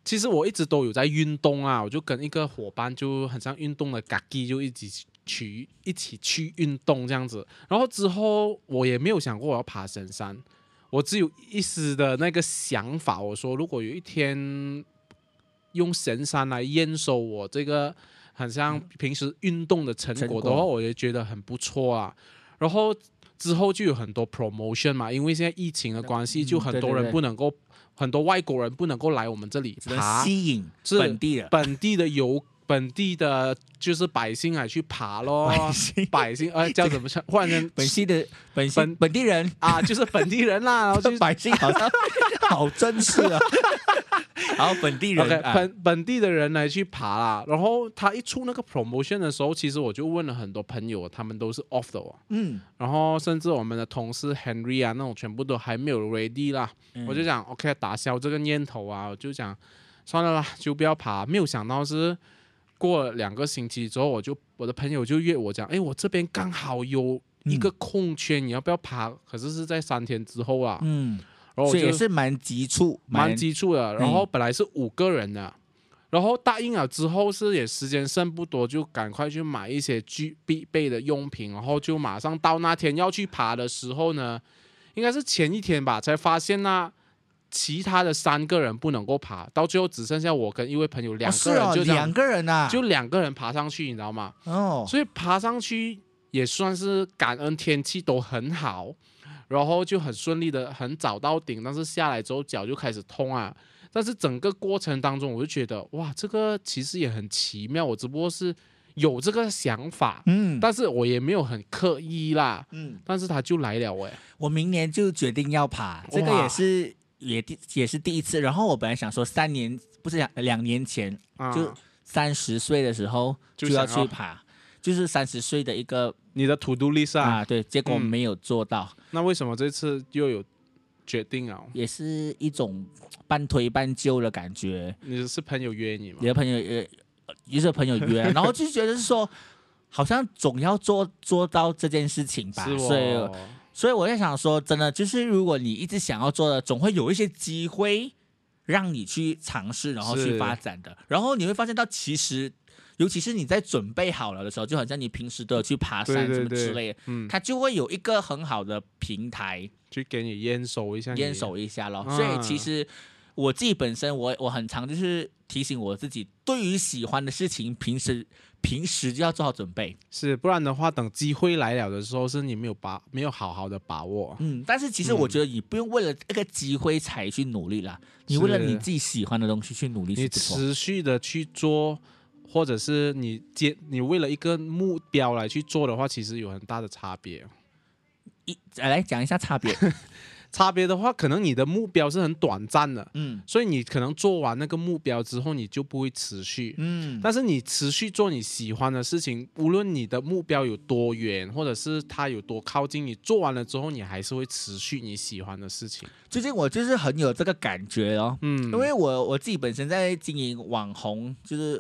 Speaker 2: 其实我一直都有在运动啊，我就跟一个伙伴就很像运动的嘎叽，就一起去一起去运动这样子。然后之后我也没有想过我要爬神山，我只有一丝的那个想法，我说如果有一天用神山来验收我这个很像平时运动的成
Speaker 1: 成
Speaker 2: 果的
Speaker 1: 果
Speaker 2: 话，我也觉得很不错啊。然后之后就有很多 promotion 嘛，因为现在疫情的关系，
Speaker 1: 嗯
Speaker 2: 就很
Speaker 1: 对
Speaker 2: 多
Speaker 1: 对
Speaker 2: 人
Speaker 1: 对
Speaker 2: 不能够，很多外国人不能够来我们这里
Speaker 1: 只能
Speaker 2: 爬，
Speaker 1: 吸引
Speaker 2: 是
Speaker 1: 本地人。
Speaker 2: 本地的游，本地的就是百姓来去爬咯，百姓呃叫怎么称？换
Speaker 1: (laughs)
Speaker 2: 成
Speaker 1: 本系的本系
Speaker 2: 本
Speaker 1: 本地人，
Speaker 2: 啊，就是本地人啦，然后就
Speaker 1: (laughs) 百姓好像好真实
Speaker 2: (laughs)
Speaker 1: 啊。然后本地
Speaker 2: OK，
Speaker 1: 人啊，
Speaker 2: 本本地的人来去爬啦。然后他一出那个 promotion 的时候，其实我就问了很多朋友，他们都是 off 的哦。
Speaker 1: 嗯，
Speaker 2: 然后甚至我们的同事 Henry 啊那种，全部都还没有 ready 啦。
Speaker 1: 嗯
Speaker 2: 我就讲 OK，打消这个念头啊，我就讲算了啦，就不要爬。没有想到是过了两个星期之后，我就我的朋友就约我讲，哎，我这边刚好有一个空缺，你要不要爬？可是是在三天之后啊，
Speaker 1: 嗯，
Speaker 2: 然后我
Speaker 1: 所以也
Speaker 2: 就是
Speaker 1: 蛮嗯急促，
Speaker 2: 蛮基础的。然后本来是五个人的，然后答应了之后是也时间剩不多，就赶快去买一些具必备的用品，然后就马上到那天要去爬的时候呢，应该是前一天吧，才发现那其他的三个人不能够爬，到最后只剩下我跟一位朋友两
Speaker 1: 哦是
Speaker 2: 个人
Speaker 1: 哦
Speaker 2: 就这样，
Speaker 1: 两个人呐，
Speaker 2: 就两个人爬上去，你知道吗？
Speaker 1: 哦，
Speaker 2: 所以爬上去也算是感恩天气都很好，然后就很顺利的很早到顶，但是下来之后脚就开始痛啊。但是整个过程当中，我就觉得哇，这个其实也很奇妙，我只不过是有这个想法，
Speaker 1: 嗯
Speaker 2: 但是我也没有很刻意啦。
Speaker 1: 嗯，
Speaker 2: 但是他就来了哎、
Speaker 1: 我明年就决定要爬，这个
Speaker 2: 哇
Speaker 1: 也是也第也是第一次。然后我本来想说三年不是两两年前
Speaker 2: 啊，
Speaker 1: 就三十岁的时候就
Speaker 2: 就
Speaker 1: 要
Speaker 2: 想
Speaker 1: 去
Speaker 2: 要
Speaker 1: 爬，就是三十岁的一个
Speaker 2: 你的 to do list 啊，
Speaker 1: 啊，对，结果
Speaker 2: 嗯
Speaker 1: 没有做到，
Speaker 2: 那为什么这次又有决定啊？
Speaker 1: 也是一种半推半就的感觉。
Speaker 2: 你是朋友约你吗
Speaker 1: 你？的朋友也也是朋友约，啊
Speaker 2: (laughs)
Speaker 1: 然后就觉得是说，好像总要做做到这件事情吧。
Speaker 2: 是
Speaker 1: 所以
Speaker 2: 哦，
Speaker 1: 所以我在想说，真的就是如果你一直想要做的，总会有一些机会让你去尝试，然后去
Speaker 2: 是
Speaker 1: 发展的。然后你会发现到，其实尤其是你在准备好了的时候，就好像你平时都有去爬山
Speaker 2: 对对
Speaker 1: 什么
Speaker 2: 对
Speaker 1: 之类的，
Speaker 2: 嗯，
Speaker 1: 它就会有一个很好的平台
Speaker 2: 去给你验收一下你，
Speaker 1: 验手一下咯。
Speaker 2: 嗯
Speaker 1: 所以其实我自己本身我，我很常就是提醒我自己，对于喜欢的事情，平时平时就要做好准备。
Speaker 2: 是，不然的话，等机会来了的时候，是你没有把没有好好的把握。
Speaker 1: 嗯，但是其实
Speaker 2: 嗯
Speaker 1: 我觉得你不用为了这个机会才去努力啦，你
Speaker 2: 是
Speaker 1: 为了你自己喜欢的东西去努力
Speaker 2: 你
Speaker 1: 是不错。
Speaker 2: 持续的去做，或者是你接你为了一个目标来去做的话，其实有很大的差别。
Speaker 1: 一呃来讲一下差
Speaker 2: (laughs)
Speaker 1: 别，
Speaker 2: 差别的话，可能你的目标是很短暂的，
Speaker 1: 嗯
Speaker 2: 所以你可能做完那个目标之后，你就不会持续。
Speaker 1: 嗯，
Speaker 2: 但是你持续做你喜欢的事情，无论你的目标有多远，或者是它有多靠近，你做完了之后，你还是会持续你喜欢的事情。
Speaker 1: 最近我就是很有这个感觉哦，
Speaker 2: 嗯，
Speaker 1: 因为我我自己本身在经营网红，就是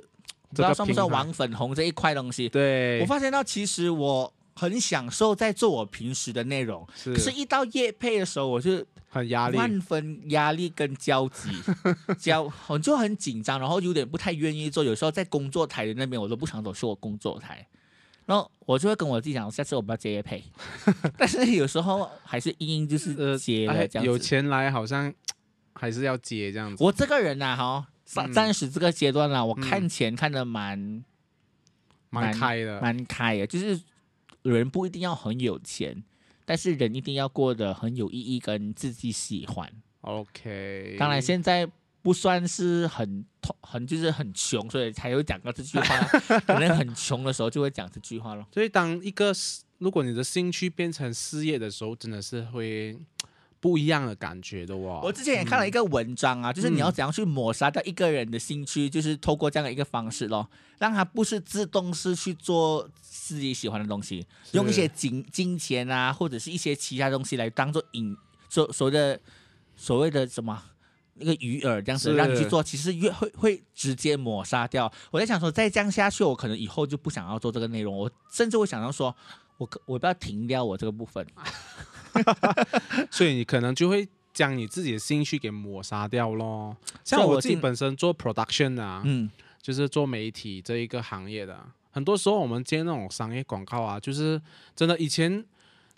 Speaker 1: 不知
Speaker 2: 这
Speaker 1: 道
Speaker 2: 个
Speaker 1: 算不算
Speaker 2: 平台
Speaker 1: 网粉红这一块东西，
Speaker 2: 对，
Speaker 1: 我发现到其实我很享受在做我平时的内容，
Speaker 2: 是
Speaker 1: 可是，一到夜配的时候，我就
Speaker 2: 很压力。
Speaker 1: 万分压力跟焦
Speaker 2: (laughs)
Speaker 1: 急，焦我就很紧张，然后有点不太愿意做。有时候在工作台的那边，我都不想走去我工作台，然后我就会跟我自己讲，下次我不要接夜
Speaker 2: (laughs)
Speaker 1: 配。但是有时候还是硬硬就是接了
Speaker 2: 哎
Speaker 1: 这样子。
Speaker 2: 有钱来好像还是要接这样子。
Speaker 1: 我这个人呐、哈。暂
Speaker 2: 嗯
Speaker 1: 暂时这个阶段啦、我看钱看得蛮、
Speaker 2: 蛮开的，嗯
Speaker 1: 蛮开的，就是人不一定要很有钱，但是人一定要过得很有意义跟自己喜欢。
Speaker 2: OK，
Speaker 1: 当然现在不算是很痛很就是很穷，所以才有讲到这句话。可能很穷的时候就会讲这句话咯。
Speaker 2: 所以当一个事如果你的兴趣变成事业的时候，真的是会不一样的感觉的哇、
Speaker 1: (laughs) 我之前也看了一个文章啊，就是你要怎样去抹杀掉一个人的兴趣，就是透过这样的一个方式咯，让他不是自动是去做自己喜欢的东西，
Speaker 2: 是
Speaker 1: 用一些金金钱啊，或者是一些其他东西来当做引所所谓的所谓的什么。那个鱼饵这样子
Speaker 2: 是
Speaker 1: 让你去做，其实越会会直接抹杀掉。我在想说，再这样下去，我可能以后就不想要做这个内容，我甚至会想到说，我可我不要停掉我这个部分。
Speaker 2: (laughs) 啊所以你可能就会将你自己的兴趣给抹杀掉咯。像
Speaker 1: 所以
Speaker 2: 我
Speaker 1: 我
Speaker 2: 自己
Speaker 1: 尽
Speaker 2: 本身做 production 啊，
Speaker 1: 嗯，
Speaker 2: 就是做媒体这一个行业的，啊很多时候我们接那种商业广告啊，就是真的以前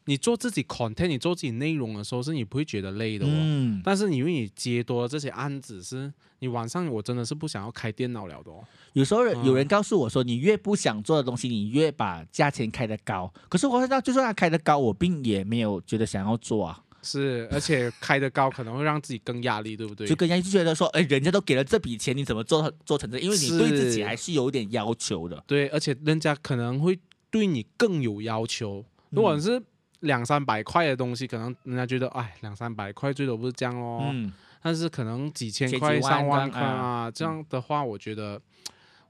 Speaker 2: 你做自己 content，你做自己内容的时候，是你不会觉得累的哦。
Speaker 1: 嗯，
Speaker 2: 但是因为你接多了这些案子是，你晚上我真的是不想要开电脑了的哦。
Speaker 1: 有时候人
Speaker 2: 嗯
Speaker 1: 有人告诉我说，你越不想做的东西，你越把价钱开得高。可是我看到，就算它开得高，我并也没有觉得想要做啊，
Speaker 2: 是，而且开得高可能会让自己更压力，对不对
Speaker 1: 就？跟人家就觉得说，哎，人家都给了这笔钱，你怎么做做成这？因为你
Speaker 2: 是
Speaker 1: 对自己还是有点要求的。
Speaker 2: 对，而且人家可能会对你更有要求。
Speaker 1: 嗯
Speaker 2: 如果是两三百块的东西，可能人家觉得，哎，两三百块最多不是这样咯。
Speaker 1: 嗯，
Speaker 2: 但是可能几千
Speaker 1: 千
Speaker 2: 块、
Speaker 1: 几万嗯
Speaker 2: 上万
Speaker 1: 这样
Speaker 2: 块啊，这样的话，我觉得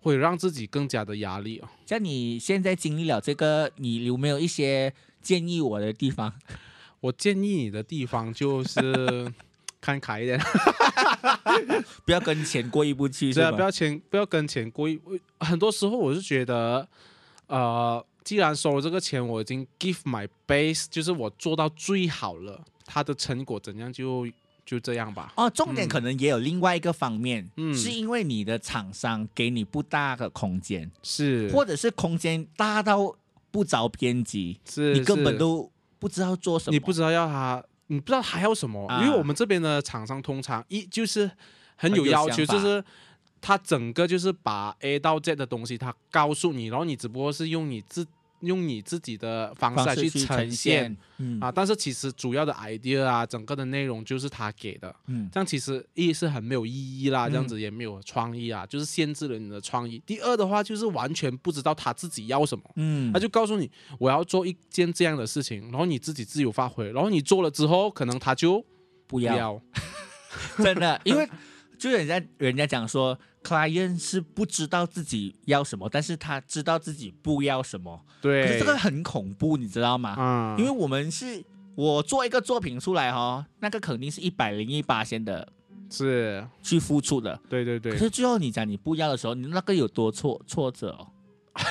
Speaker 2: 会让自己更加的压力哦。
Speaker 1: 像你现在经历了这个，你有没有一些建议我的地方？ (laughs)
Speaker 2: 我建议你的地方就是 (laughs) 看开一点，
Speaker 1: 不要跟钱过意不去，
Speaker 2: 对啊，
Speaker 1: 是吗
Speaker 2: 不要钱，不要跟钱过意。我很多时候我是觉得，呃，既然收了这个钱，我已经 give my best，就是我做到最好了，它的成果怎样就就这样吧。
Speaker 1: 哦，重点可能也有另外一个方面，
Speaker 2: 嗯
Speaker 1: 是因为你的厂商给你不大的空间。
Speaker 2: 是，
Speaker 1: 或者是空间大到不着边际，
Speaker 2: 是
Speaker 1: 你根本
Speaker 2: 是
Speaker 1: 都不知道做什么。
Speaker 2: 你不知道要他，你不知道他要什么，
Speaker 1: 啊
Speaker 2: 因为我们这边的厂商通常一就是很有
Speaker 1: 很有
Speaker 2: 要求，
Speaker 1: 想法
Speaker 2: 就是他整个就是把 A 到 Z 的东西他告诉你，然后你只不过是用你自用你自己的方式
Speaker 1: 方
Speaker 2: 来
Speaker 1: 式
Speaker 2: 呈
Speaker 1: 呈现，嗯
Speaker 2: 啊，但是其实主要的 idea 啊，整个的内容就是他给的，
Speaker 1: 嗯，
Speaker 2: 这样其实一是很没有意义啦，
Speaker 1: 嗯
Speaker 2: 这样子也没有创意啊，就是限制了你的创意。第二的话就是完全不知道他自己要什么。
Speaker 1: 嗯
Speaker 2: 他就告诉你我要做一件这样的事情，然后你自己自由发挥，然后你做了之后，可能他就
Speaker 1: 不
Speaker 2: 不
Speaker 1: 要，
Speaker 2: (laughs)
Speaker 1: 真的，因为就人家人家讲说，client 是不知道自己要什么，但是他知道自己不要什么，可
Speaker 2: 对，
Speaker 1: 是这个很恐怖，你知道吗？
Speaker 2: 啊，
Speaker 1: 因为我们是。我做一个作品出来哦，那个肯定是一百零一八先的
Speaker 2: 是，
Speaker 1: 去付出的。
Speaker 2: 对对
Speaker 1: 可
Speaker 2: 对，
Speaker 1: 是最后你讲你不要的时候，你那个有多挫挫折哦？ (laughs)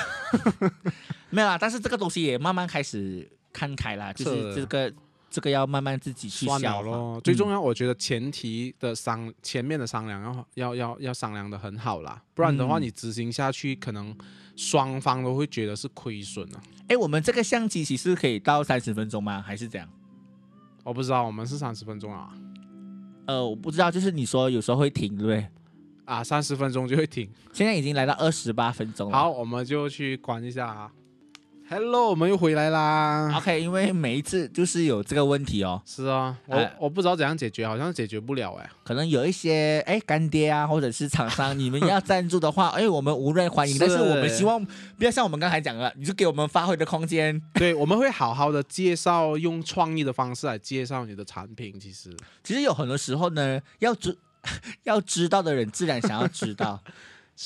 Speaker 1: 没有啦，但是这个东西也慢慢开始看开啦，就是
Speaker 2: 是
Speaker 1: 这个这个要慢慢自己去
Speaker 2: 算
Speaker 1: 消
Speaker 2: 了
Speaker 1: 化。
Speaker 2: 咯。最重要，我觉得前提的商前面的商量要要要要商量的很好啦，不然的话
Speaker 1: 嗯
Speaker 2: 你执行下去，可能双方都会觉得是亏损啊。
Speaker 1: 哎、诶我们这个相机其实可以到三十分钟吗？还是怎样？
Speaker 2: 我不知道，我们是三十分钟啊，
Speaker 1: 呃，我不知道，就是你说有时候会停，对不对？
Speaker 2: 啊，三十分钟就会停。
Speaker 1: 现在已经来到二十八分钟了。
Speaker 2: 好，我们就去关一下啊。Hello，我们又回来啦。
Speaker 1: ，OK，因为每一次就是有这个问题哦，
Speaker 2: 是啊，我、
Speaker 1: 哎
Speaker 2: 我不知道怎样解决，好像解决不了哎、
Speaker 1: 可能有一些哎干爹啊，或者是厂商，你们要赞助的话， (laughs) 哎，我们无论欢迎，
Speaker 2: 是
Speaker 1: 但是我们希望不要像我们刚才讲的，你就给我们发挥的空间。
Speaker 2: 对， (laughs) 我们会好好的介绍，用创意的方式来介绍你的产品。其实
Speaker 1: 其实有很多时候呢，要知 (laughs) 要知道的人自然想要知 (laughs) 道，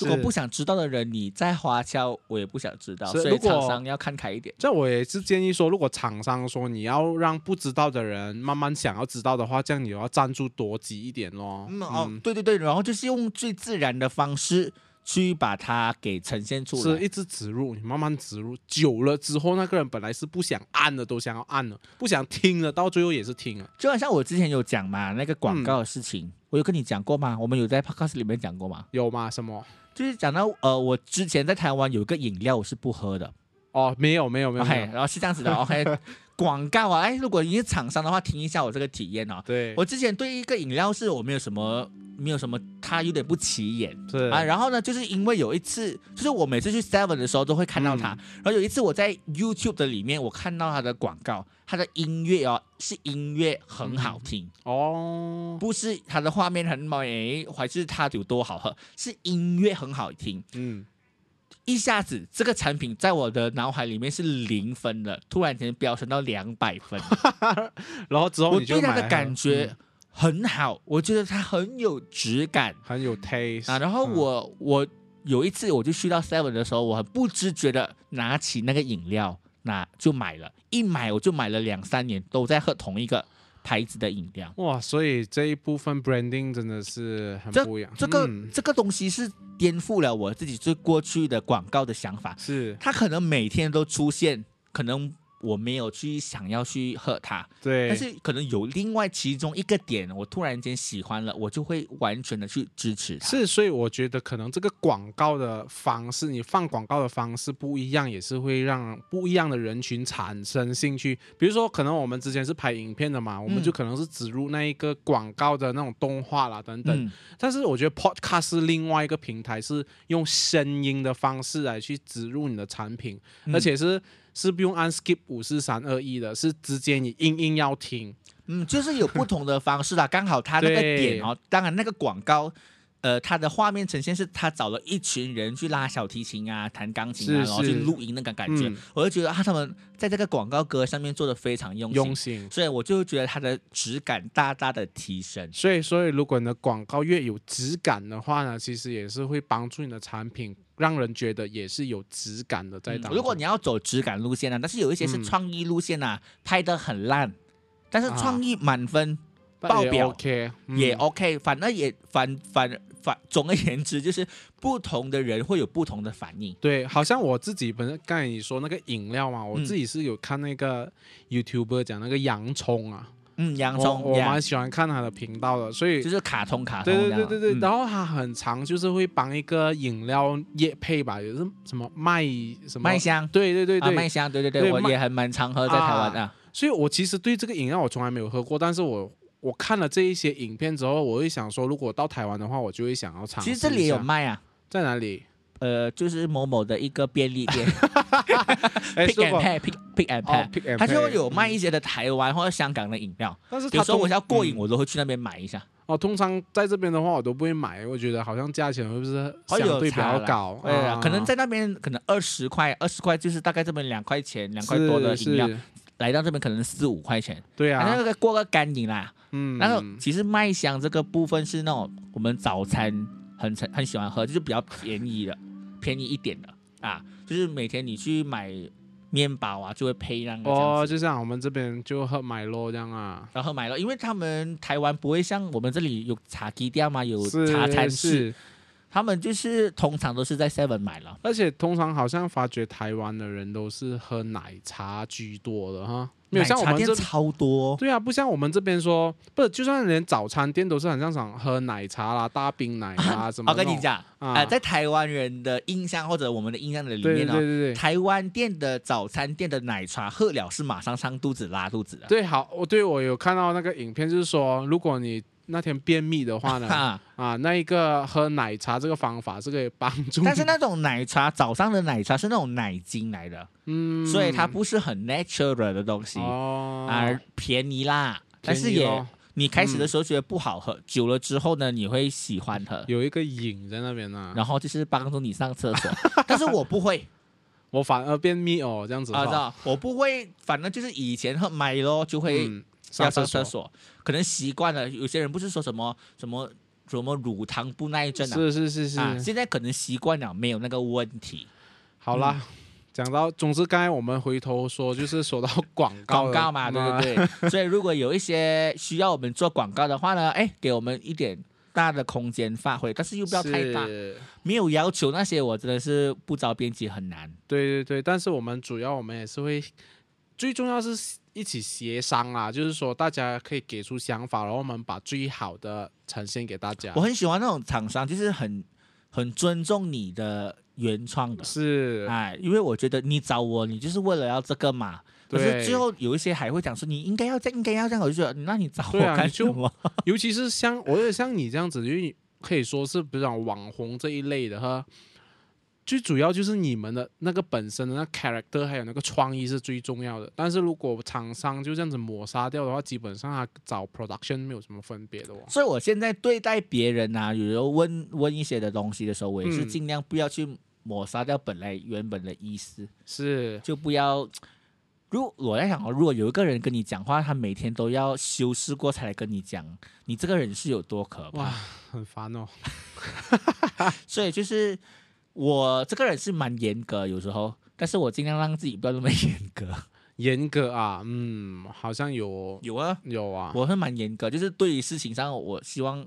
Speaker 1: 如果不，想知道的人，你再花俏，我也不想知道，
Speaker 2: 是
Speaker 1: 所
Speaker 2: 如
Speaker 1: 以
Speaker 2: 果
Speaker 1: 厂商要看开一点。
Speaker 2: 这我也是建议说，如果厂商说你要让不知道的人慢慢想要知道的话，这样你要赞助多集一点咯。
Speaker 1: 嗯哦，对对对，然后就是用最自然的方式去把它给呈现出
Speaker 2: 是
Speaker 1: 来。
Speaker 2: 一直植入，你慢慢植入，久了之后，那个人本来是不想按的，都想要按了，不想听了，到最后也是听了。
Speaker 1: 就好像我之前有讲嘛，那个广告的事
Speaker 2: 嗯
Speaker 1: 情，我有跟你讲过吗？我们有在 podcast 里面讲过吗？
Speaker 2: 有吗？什么？
Speaker 1: 就是讲到呃，我之前在台湾有一个饮料我是不喝的
Speaker 2: 哦，没有，没有，没有，没
Speaker 1: ，OK，
Speaker 2: 有 (laughs)
Speaker 1: 然后是这样子的，OK，广告啊，哎，如果你是厂商的话，听一下我这个体验哦。
Speaker 2: 对，
Speaker 1: 我之前对一个饮料是我没有什么，没有什么，它有点不起眼
Speaker 2: 是
Speaker 1: 啊。然后呢，就是因为有一次，就是我每次去 Seven 的时候都会看到
Speaker 2: 嗯
Speaker 1: 它。然后有一次我在 YouTube 的里面，我看到它的广告，它的音乐哦是音乐很好听，
Speaker 2: 嗯哦，
Speaker 1: 不是它的画面很美，还是它有多好喝，是音乐很好听。
Speaker 2: 嗯，
Speaker 1: 一下子这个产品在我的脑海里面是零分的，突然间飙升到两百
Speaker 2: (laughs)
Speaker 1: 分。
Speaker 2: 然后之后
Speaker 1: 我
Speaker 2: 哦你就
Speaker 1: 对它
Speaker 2: 买
Speaker 1: 的
Speaker 2: 了
Speaker 1: 感觉
Speaker 2: 嗯
Speaker 1: 很好，我觉得它很有质感
Speaker 2: 很有 taste
Speaker 1: 啊。然后
Speaker 2: 嗯
Speaker 1: 我、我有一次我就去到 Seven 的时候，我很不知觉的拿起那个饮料，那就买了，一买我就买了两三年都在喝同一个牌子的饮料。
Speaker 2: 哇，所以这一部分 branding 真的是很不一样。
Speaker 1: 这个、
Speaker 2: 嗯
Speaker 1: 这个东西是颠覆了我自己最过去的广告的想法，
Speaker 2: 是
Speaker 1: 它可能每天都出现，可能我没有去想要去喝它，
Speaker 2: 对，
Speaker 1: 但是可能有另外其中一个点，我突然间喜欢了，我就会完全的去支持它。
Speaker 2: 是，所以我觉得可能这个广告的方式，你放广告的方式不一样，也是会让不一样的人群产生兴趣。比如说，可能我们之前是拍影片的嘛，我
Speaker 1: 嗯
Speaker 2: 们就可能是植入那一个广告的那种动画啦等等。
Speaker 1: 嗯，
Speaker 2: 但是我觉得 Podcast 是另外一个平台，是用声音的方式来去植入你的产品，
Speaker 1: 嗯
Speaker 2: 而且是是不用按 skip 五四三二一的，是直接你硬硬要听。
Speaker 1: 嗯，就是有不同的方式
Speaker 2: (laughs)
Speaker 1: 啦。刚好它那个点哦，当然那个广告，呃，它的画面呈现是他找了一群人去拉小提琴啊、弹钢琴啊，
Speaker 2: 是
Speaker 1: 然后去
Speaker 2: 是
Speaker 1: 录音那个感觉，
Speaker 2: 嗯
Speaker 1: 我就觉得啊，他们在这个广告歌上面做的非常用心，
Speaker 2: 用心。
Speaker 1: 所以我就觉得它的质感大大的提升。
Speaker 2: 所以，所以如果你的广告越有质感的话呢，其实也是会帮助你的产品，让人觉得也是有质感的在
Speaker 1: 嗯
Speaker 2: 当中。
Speaker 1: 如果你要走质感路线啊，但是有一些是
Speaker 2: 嗯
Speaker 1: 创意路线啊，拍的很烂，但是
Speaker 2: 啊
Speaker 1: 创意满分。
Speaker 2: 但
Speaker 1: 爆
Speaker 2: 也
Speaker 1: 表
Speaker 2: OK，、嗯、
Speaker 1: 也哦 OK，反而也反反反，总而言之，就是不同的人会有不同的反应。
Speaker 2: 对。好像我自己本身刚才你说那个饮料嘛，我
Speaker 1: 嗯
Speaker 2: 自己是有看那个 YouTuber 讲那个洋葱啊，
Speaker 1: 嗯，洋
Speaker 2: 我
Speaker 1: 葱
Speaker 2: 我
Speaker 1: 呀
Speaker 2: 蛮，喜欢看他的频道的，所以
Speaker 1: 就是卡通卡通
Speaker 2: 对
Speaker 1: 这
Speaker 2: 对
Speaker 1: 样
Speaker 2: 对
Speaker 1: 啊。
Speaker 2: 对对，
Speaker 1: 嗯
Speaker 2: 然后他很长，就是会帮一个饮料业配吧，也是什么卖什么
Speaker 1: 麦，香，
Speaker 2: 对对对
Speaker 1: 啊，
Speaker 2: 对，
Speaker 1: 麦香，对对
Speaker 2: 对
Speaker 1: 对，我
Speaker 2: 麦
Speaker 1: 也还蛮常喝在台湾
Speaker 2: 啊
Speaker 1: 的。
Speaker 2: 所以我其实对这个饮料我从来没有喝过，但是我我看了这一些影片之后，我会想说，如果到台湾的话，我就会想要尝试
Speaker 1: 其
Speaker 2: 一
Speaker 1: 实
Speaker 2: 下。
Speaker 1: 这里也有卖啊，
Speaker 2: 在哪里？
Speaker 1: 呃，就是某某的一个便利店
Speaker 2: (laughs) 哎，
Speaker 1: ，Pick
Speaker 2: 说
Speaker 1: and
Speaker 2: 过
Speaker 1: Pay，Pick Pick and
Speaker 2: 哦
Speaker 1: Pay，
Speaker 2: ，Pick and
Speaker 1: 它就
Speaker 2: Pay 嗯
Speaker 1: 会有卖一些的台湾或者香港的饮料。
Speaker 2: 但是
Speaker 1: 有
Speaker 2: 它
Speaker 1: 时候我
Speaker 2: 通
Speaker 1: 要过瘾，
Speaker 2: 嗯
Speaker 1: 我都会去那边买一下。
Speaker 2: 哦，通常在这边的话，我都不会买，我觉得好像价钱会不是
Speaker 1: 哦
Speaker 2: 相
Speaker 1: 有
Speaker 2: 对比
Speaker 1: 差
Speaker 2: 较
Speaker 1: 啦
Speaker 2: 高，
Speaker 1: 对啊，可能在那边可能二十块，二十块就是大概这边两块钱、两
Speaker 2: 两
Speaker 1: 块多的饮料，
Speaker 2: 是
Speaker 1: 来到这边可能四五块钱，
Speaker 2: 对
Speaker 1: 反正
Speaker 2: 啊，
Speaker 1: 那个过个干瘾啦。
Speaker 2: 嗯，
Speaker 1: 然后其实麦香这个部分是那种我们早餐很很喜欢喝，就是比较便宜的，便宜一点的啊，就是每天你去买面包啊，就会配那个这
Speaker 2: 哦，
Speaker 1: 样子。
Speaker 2: 就像我们这边就喝买咯这样啊，
Speaker 1: 然后买了，因为他们台湾不会像我们这里有茶基店嘛，有
Speaker 2: 是
Speaker 1: 茶餐室，
Speaker 2: 是，
Speaker 1: 他们就是通常都是在 Seven 买了。
Speaker 2: 而且通常好像发觉台湾的人都是喝奶茶居多的哈，没有
Speaker 1: 奶
Speaker 2: 像我
Speaker 1: 茶
Speaker 2: 们
Speaker 1: 店
Speaker 2: 这
Speaker 1: 超多哦，
Speaker 2: 对啊，不像我们这边说，不，就算连早餐店都是很像想喝奶茶啦、大冰奶
Speaker 1: (laughs)
Speaker 2: 啦什么。
Speaker 1: 我跟你，讲，
Speaker 2: 啊
Speaker 1: 啊、在台湾人的印象或者我们的印象的里
Speaker 2: 对对
Speaker 1: 面哦
Speaker 2: 对
Speaker 1: 呢，
Speaker 2: 对对，
Speaker 1: 台湾店的早餐店的奶茶喝了是马上上肚子拉肚子的。
Speaker 2: 对，好，我对我有看到那个影片，就是说，如果你那天便秘的话
Speaker 1: (laughs)
Speaker 2: 呢，
Speaker 1: 哈，
Speaker 2: 啊，那一个喝奶茶这个方法是可以帮助你，
Speaker 1: 但是那种奶茶，早上的奶茶是那种奶精来的，
Speaker 2: 嗯，
Speaker 1: 所以它不是很 natural 的东西啊、
Speaker 2: 哦，
Speaker 1: 便宜啦，但
Speaker 2: 便宜
Speaker 1: 是也
Speaker 2: 咯嗯
Speaker 1: 你开始的时候觉得不好喝，久了之后呢，你会喜欢喝，
Speaker 2: 有一个瘾在那边啊呢、
Speaker 1: 然后就是帮助你上厕
Speaker 2: (laughs)
Speaker 1: 所。但是我不会
Speaker 2: 我反而便秘哦，这样子的
Speaker 1: 啊，知
Speaker 2: 话，
Speaker 1: 道我不会，反正就是以前喝买咯就会。
Speaker 2: 嗯，
Speaker 1: 要
Speaker 2: 上
Speaker 1: 上
Speaker 2: 厕
Speaker 1: 厕
Speaker 2: 所。
Speaker 1: 所，可能习惯了。有些人不是说什么什么什么乳糖不耐症啊，
Speaker 2: 是是是是，
Speaker 1: 啊，现在可能习惯了，没有那个问题。
Speaker 2: 好啦，
Speaker 1: 嗯
Speaker 2: 讲到，总之刚才我们回头说，就是说到广告
Speaker 1: 广
Speaker 2: 了
Speaker 1: 告嘛，
Speaker 2: 嗯啊
Speaker 1: 对不对？所以 (laughs) 如果有一些需要我们做广告的话呢，哎，给我们一点大的空间发挥，但是又不要太大，
Speaker 2: 是
Speaker 1: 没有要求那些，我真的是不着边际很难。
Speaker 2: 对对对，但是我们主要我们也是会，最重要是一起协商啦，就是说大家可以给出想法，然后我们把最好的呈现给大家
Speaker 1: 我。很喜欢那种厂商，就是很很尊重你的原创的，
Speaker 2: 是，
Speaker 1: 哎，因为我觉得你找我，你就是为了要这个嘛。可是
Speaker 2: 对
Speaker 1: 最后有一些还会讲说你应该要这样，应该要这样，我就觉得那你找我
Speaker 2: 对啊
Speaker 1: 干
Speaker 2: 你
Speaker 1: 什
Speaker 2: 就
Speaker 1: 么？
Speaker 2: 尤其是像我觉得像你这样子，因为你可以说是比如讲网红这一类的哈，最主要就是你们的那个本身的那 character 还有那个创意是最重要的。但是如果厂商就这样子抹杀掉的话，基本上他找 production 没有什么分别的哦。
Speaker 1: 所以我现在对待别人呐、有时候问问一些的东西的时候，我也是
Speaker 2: 嗯
Speaker 1: 尽量不要去抹杀掉本来原本的意思，
Speaker 2: 是，
Speaker 1: 就不要。如我在想哦，如果有一个人跟你讲话，他每天都要修饰过才来跟你讲，你这个人是有多可怕
Speaker 2: 哇？，很烦哦。
Speaker 1: 所以就是我这个人是蛮严格，有时候，但是我尽量让自己不要那么严格。
Speaker 2: 严格啊，嗯，好像有哦
Speaker 1: 有啊，
Speaker 2: 有啊，
Speaker 1: 我会蛮严格，就是对于事情上，我希望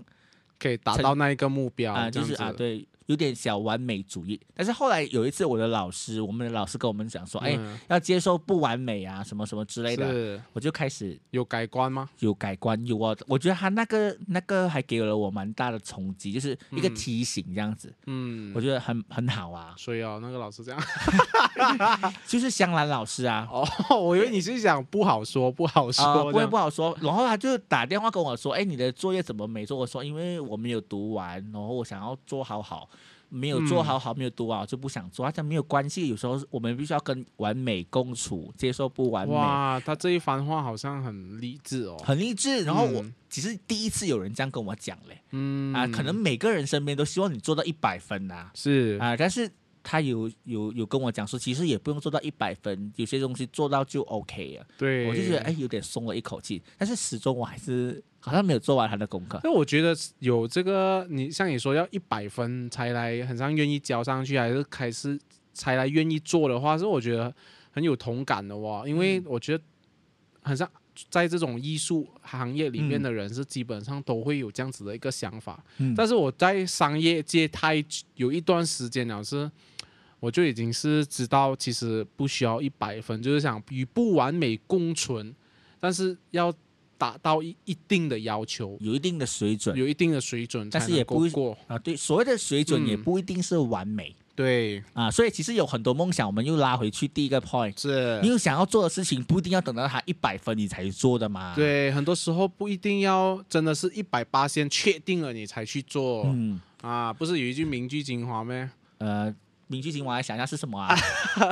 Speaker 2: 可以达
Speaker 1: 成
Speaker 2: 到那一个目标
Speaker 1: 啊、就是
Speaker 2: 这样
Speaker 1: 啊，
Speaker 2: 子
Speaker 1: 对，有点小完美主义。但是后来有一次，我的老师，我们的老师跟我们讲说，哎、
Speaker 2: 嗯
Speaker 1: 要接受不完美啊，什么什么之类的，
Speaker 2: 是
Speaker 1: 我就开始
Speaker 2: 有改观吗？
Speaker 1: 有改观，有啊，我觉得他那个那个还给了我蛮大的冲击，就是一个
Speaker 2: 嗯
Speaker 1: 提醒这样子，
Speaker 2: 嗯
Speaker 1: 我，觉得很很好啊，
Speaker 2: 所以哦，那个老师这样。
Speaker 1: 就是香兰老师啊，
Speaker 2: (laughs) 哦，我以为你是想不好说，不好 (laughs) 说，
Speaker 1: 啊、不
Speaker 2: 这
Speaker 1: 会
Speaker 2: 样
Speaker 1: 不好说。然后他就打电话跟我说：“哎，你的作业怎么没做？”我说：“因为我没有读完，然后我想要做好好，没有做
Speaker 2: 嗯
Speaker 1: 好好，没有读完，我就不想做。”他讲没有关系，有时候我们必须要跟完美共处，接受不完美，
Speaker 2: 哇，他这一番话好像很励志哦。
Speaker 1: 很励志。然后我、
Speaker 2: 嗯
Speaker 1: 其实第一次有人这样跟我讲嘞，
Speaker 2: 嗯
Speaker 1: 啊，可能每个人身边都希望你做到一百分呐、
Speaker 2: 是
Speaker 1: 啊，但是。他有有有跟我讲说，其实也不用做到一百分，有些东西做到就 OK 了。
Speaker 2: 对，
Speaker 1: 我就觉得哎，有点松了一口气，但是始终我还是好像没有做完他的功课。
Speaker 2: 那我觉得有这个，你像你说要一百分才来，很像愿意交上去，还是开始才来愿意做的话，是我觉得很有同感的哇、因
Speaker 1: 嗯
Speaker 2: 为我觉得很像在这种艺术行业里面的人，是基本上都会有这样子的一个想法。
Speaker 1: 嗯
Speaker 2: 但是我在商业界太久有一段时间了，是我就已经是知道，其实不需要一百分，就是想与不完美共存，但是要达到一一定的要求。
Speaker 1: 有一定的水准
Speaker 2: 有一定的水准，
Speaker 1: 但是也不
Speaker 2: 过。
Speaker 1: 啊，对，所谓的水准也
Speaker 2: 嗯
Speaker 1: 不一定是完美、
Speaker 2: 对，
Speaker 1: 啊，所以其实有很多梦想，我们又拉回去第一个 point，
Speaker 2: 是
Speaker 1: 你有想要做的事情，不一定要等到他一百分你才做的嘛。，
Speaker 2: 对，很多时候不一定要真的是一百八先确定了你才去做、
Speaker 1: 嗯，
Speaker 2: 啊，不是有一句名句精华咩？
Speaker 1: 呃，名句情我还想一下是什么啊？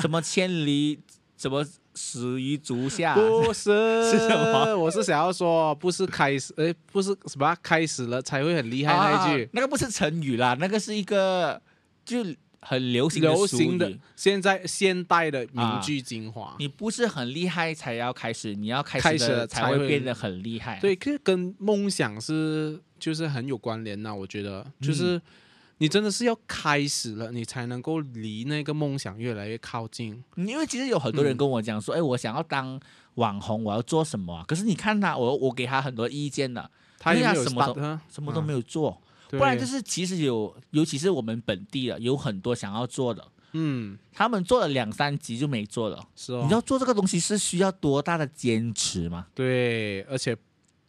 Speaker 1: 什么千里，什么始于足下？
Speaker 2: 不啊是，
Speaker 1: 是什么？
Speaker 2: 我是想要说，不是开始，哎，不是什么开始了才会很厉害那一句
Speaker 1: 啊，那个不是成语啦，那个是一个就很流行的啊
Speaker 2: 流
Speaker 1: 俗
Speaker 2: 行
Speaker 1: 语
Speaker 2: 的现在现代的名句精华。
Speaker 1: 你不是很厉害才要开始，你要开
Speaker 2: 开
Speaker 1: 始
Speaker 2: 始
Speaker 1: 的
Speaker 2: 了
Speaker 1: 才
Speaker 2: 才
Speaker 1: 会
Speaker 2: 会
Speaker 1: 变得很厉害。
Speaker 2: 对，这跟梦想是就是很有关联呐、我觉得
Speaker 1: 嗯
Speaker 2: 就是你真的是要开始了，你才能够离那个梦想越来越靠近。
Speaker 1: 嗯，因为其实有很多人跟我讲说，哎、我想要当网红，我要做什么、啊？可是你看他，我我给他很多意见了，
Speaker 2: 他也
Speaker 1: 对啊
Speaker 2: 没有
Speaker 1: 什么都
Speaker 2: start 啊
Speaker 1: 什么都
Speaker 2: 嗯
Speaker 1: 没有做。
Speaker 2: 对
Speaker 1: 不然就是其实有，尤其是我们本地的，有很多想要做的，
Speaker 2: 嗯，
Speaker 1: 他们做了两三集就没做了。
Speaker 2: 是
Speaker 1: 你知
Speaker 2: 哦，
Speaker 1: 道做这个东西是需要多大的坚持吗？
Speaker 2: 对，而且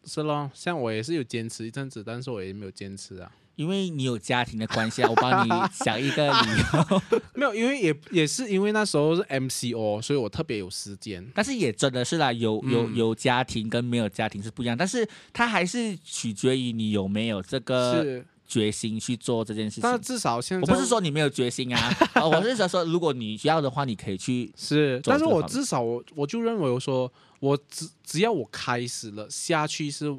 Speaker 2: 是咯，像我也是有坚持一阵子，但是我也没有坚持啊，
Speaker 1: 因为你有家庭的关系啊，我帮你想一个理由，
Speaker 2: 没有，因为也也是因为那时候是 MCO，所以我特别有时间。
Speaker 1: 但是也真的是啦，有
Speaker 2: 嗯
Speaker 1: 有有家庭跟没有家庭是不一样，但是它还是取决于你有没有这个
Speaker 2: 是，
Speaker 1: 决心去做这件事
Speaker 2: 但是
Speaker 1: 情。
Speaker 2: 至少现
Speaker 1: 呃我
Speaker 2: 在
Speaker 1: 不是说你没有决心啊，
Speaker 2: (laughs)
Speaker 1: 呃我是想说，如果你需要的话，你可以去。
Speaker 2: 是，
Speaker 1: 走
Speaker 2: 但是
Speaker 1: 这个
Speaker 2: 我
Speaker 1: 方
Speaker 2: 至少我我就认为我说，我只只要我开始了下去是，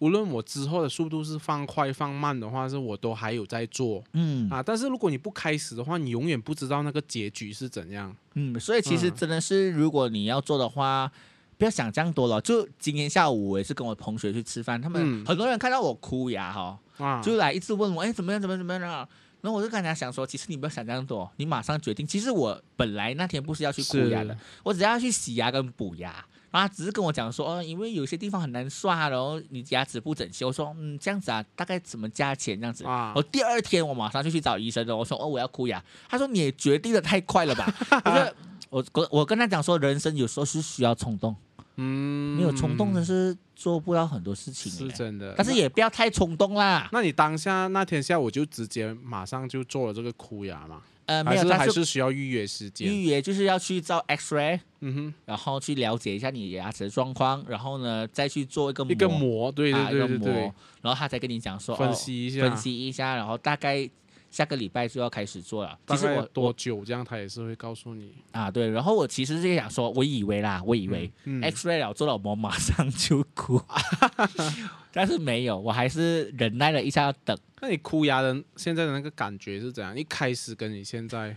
Speaker 2: 无论我之后的速度是放快放慢的话，是我都还有在做
Speaker 1: 嗯
Speaker 2: 啊。但是如果你不开始的话，你永远不知道那个结局是怎样。
Speaker 1: 嗯，所以其实
Speaker 2: 嗯
Speaker 1: 真的是，如果你要做的话，不要想这样多了。就今天下午我也是跟我同学去吃饭，他们
Speaker 2: 嗯
Speaker 1: 很多人看到我哭呀，哦哈，
Speaker 2: 啊，
Speaker 1: 就来一直问我，哎，怎么样，怎么样，怎么样啊？然后我就跟他讲说，其实你不要想这样多，你马上决定。其实我本来那天不是要去哭牙的
Speaker 2: 是，
Speaker 1: 我只要去洗牙跟补牙。然后他只是跟我讲说，哦，因为有些地方很难刷，然后你牙齿不整齐。我说，嗯，这样子啊，大概怎么价钱这样子？
Speaker 2: 啊
Speaker 1: 我第二天我马上就去找医生了，我说，哦，我要哭牙。他说，你也决定的太快
Speaker 2: (laughs)
Speaker 1: 了吧？我觉得我我我跟他讲说，人生有时候是需要冲动，
Speaker 2: 嗯，
Speaker 1: 没有冲动的是做不到很多事情
Speaker 2: 是
Speaker 1: 的，
Speaker 2: 真的。
Speaker 1: 但是也不要太冲动啦。
Speaker 2: 那，那你当下那天下午就直接马上就做了这个哭牙嘛？
Speaker 1: 呃，没
Speaker 2: 还
Speaker 1: 有，
Speaker 2: 是
Speaker 1: 他
Speaker 2: 还
Speaker 1: 是
Speaker 2: 是需要预约时间。
Speaker 1: 预约，就是要去照 X-ray，
Speaker 2: 嗯
Speaker 1: 然后去了解一下你牙齿的状况，然后呢再去做一个
Speaker 2: 哼，一个
Speaker 1: 模
Speaker 2: 膜，对
Speaker 1: 啊一
Speaker 2: 对
Speaker 1: 个
Speaker 2: 对对对
Speaker 1: 模，，然后他才跟你讲说
Speaker 2: 分、
Speaker 1: 哦
Speaker 2: 析一下，
Speaker 1: 分析一下，然后大概下个礼拜就要开始做了。
Speaker 2: 大
Speaker 1: 其实
Speaker 2: 概
Speaker 1: 我
Speaker 2: 多
Speaker 1: 我
Speaker 2: 久这样，他也是会告诉你。
Speaker 1: 啊对，然后我其实是想说，我以为啦，我以为、
Speaker 2: 嗯，
Speaker 1: X-ray 了做了，我马上就
Speaker 2: (laughs)
Speaker 1: 哭，但是没有，我还是忍耐了一下要等。
Speaker 2: 那你哭牙的现在的那个感觉是怎样？一开始跟你现在，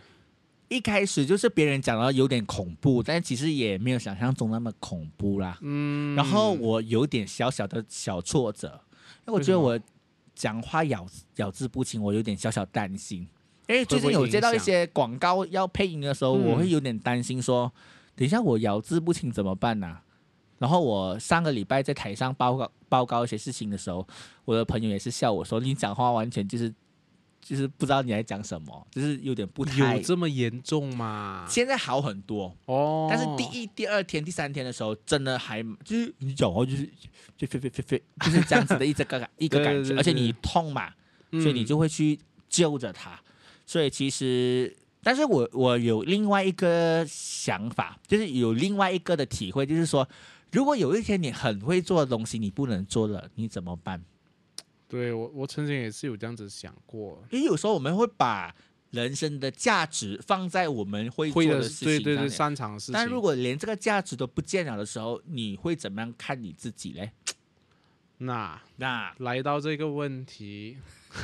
Speaker 1: 一开始就是别人讲到有点恐怖，但其实也没有想象中那么恐怖啦。
Speaker 2: 嗯，
Speaker 1: 然后我有点小小的小挫折，因为我觉得我讲话咬咬字不清，我有点小小担心。因为最近有接到一些广告要配音的时候，
Speaker 2: 嗯
Speaker 1: 我会有点担心说，等一下我咬字不清怎么办啊呐、然后我上个礼拜在台上报告报告一些事情的时候，我的朋友也是笑我说：“你讲话完全就是就是不知道你在讲什么，就是有点不太
Speaker 2: 有。这么严重吗”？
Speaker 1: 现在好很多，
Speaker 2: 哦，
Speaker 1: 但是第一、第二天、第三天的时候，真的还就是你讲话就是就飞飞飞飞，就是这样子的一这 (laughs) 个一个感
Speaker 2: 对
Speaker 1: 觉，
Speaker 2: 对
Speaker 1: 而且
Speaker 2: 对
Speaker 1: 你痛嘛，
Speaker 2: 嗯，
Speaker 1: 所以你就会去揪着它。所以其实，但是我我有另外一个想法，就是有另外一个的体会，就是说，如果有一天你很会做的东西你不能做了，你怎么办？
Speaker 2: 对我我曾经也是有这样子想过，
Speaker 1: 因为有时候我们会把人生的价值放在我们会做
Speaker 2: 会的
Speaker 1: 的事情
Speaker 2: 对
Speaker 1: 上
Speaker 2: 对对
Speaker 1: 面
Speaker 2: 擅长的事情。
Speaker 1: 但如果连这个价值都不见了的时候，你会怎么样看你自己嘞？
Speaker 2: 那
Speaker 1: 那
Speaker 2: 来到这个问题， (laughs)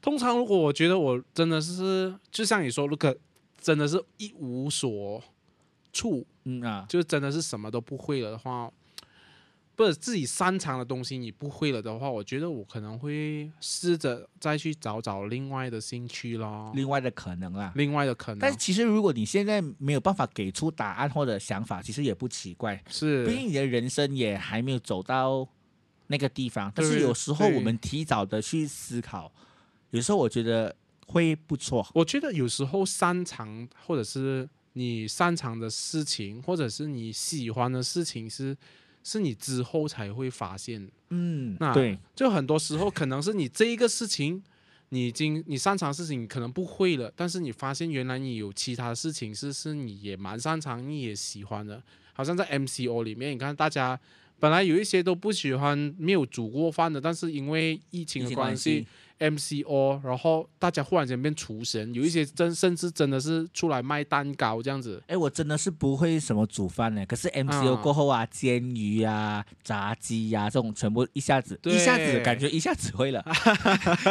Speaker 2: 通常如果我觉得我真的是，就像你说，如果真的是一无所处，
Speaker 1: 嗯啊，
Speaker 2: 就真的是什么都不会了的话，不是自己擅长的东西你不会了的话，我觉得我可能会试着再去找找另外的兴趣咯，
Speaker 1: 另外的可能啦。
Speaker 2: 哦另外的可能。
Speaker 1: 但其实如果你现在没有办法给出答案或者想法，其实也不奇怪，
Speaker 2: 是
Speaker 1: 毕竟你的人生也还没有走到那个地方。但是
Speaker 2: 对
Speaker 1: 有时候
Speaker 2: 对
Speaker 1: 我们提早的去思考，有时候我觉得会不错。
Speaker 2: 我觉得有时候擅长或者是你擅长的事情，或者是你喜欢的事情是。是你之后才会发现，
Speaker 1: 嗯
Speaker 2: 那
Speaker 1: 对，
Speaker 2: 就很多时候可能是你这一个事情，你已经你擅长的事情你可能不会了，但是你发现原来你有其他事情是是你也蛮擅长，你也喜欢的。好像在 MCO 里面，你看大家本来有一些都不喜欢没有煮过饭的，但是因为疫情
Speaker 1: 疫
Speaker 2: 的
Speaker 1: 情
Speaker 2: 关
Speaker 1: 关
Speaker 2: 系
Speaker 1: 系，
Speaker 2: MCO，然后大家忽然间变厨神，有一些真甚至真的是出来卖蛋糕这样子。
Speaker 1: 哎，我真的是不会什么煮饭呢。可是 MCO
Speaker 2: 啊
Speaker 1: 过后啊，煎鱼啊、炸鸡呀、这种，全部一下子
Speaker 2: 对
Speaker 1: 一下子感觉一下子会
Speaker 2: (laughs)
Speaker 1: 了，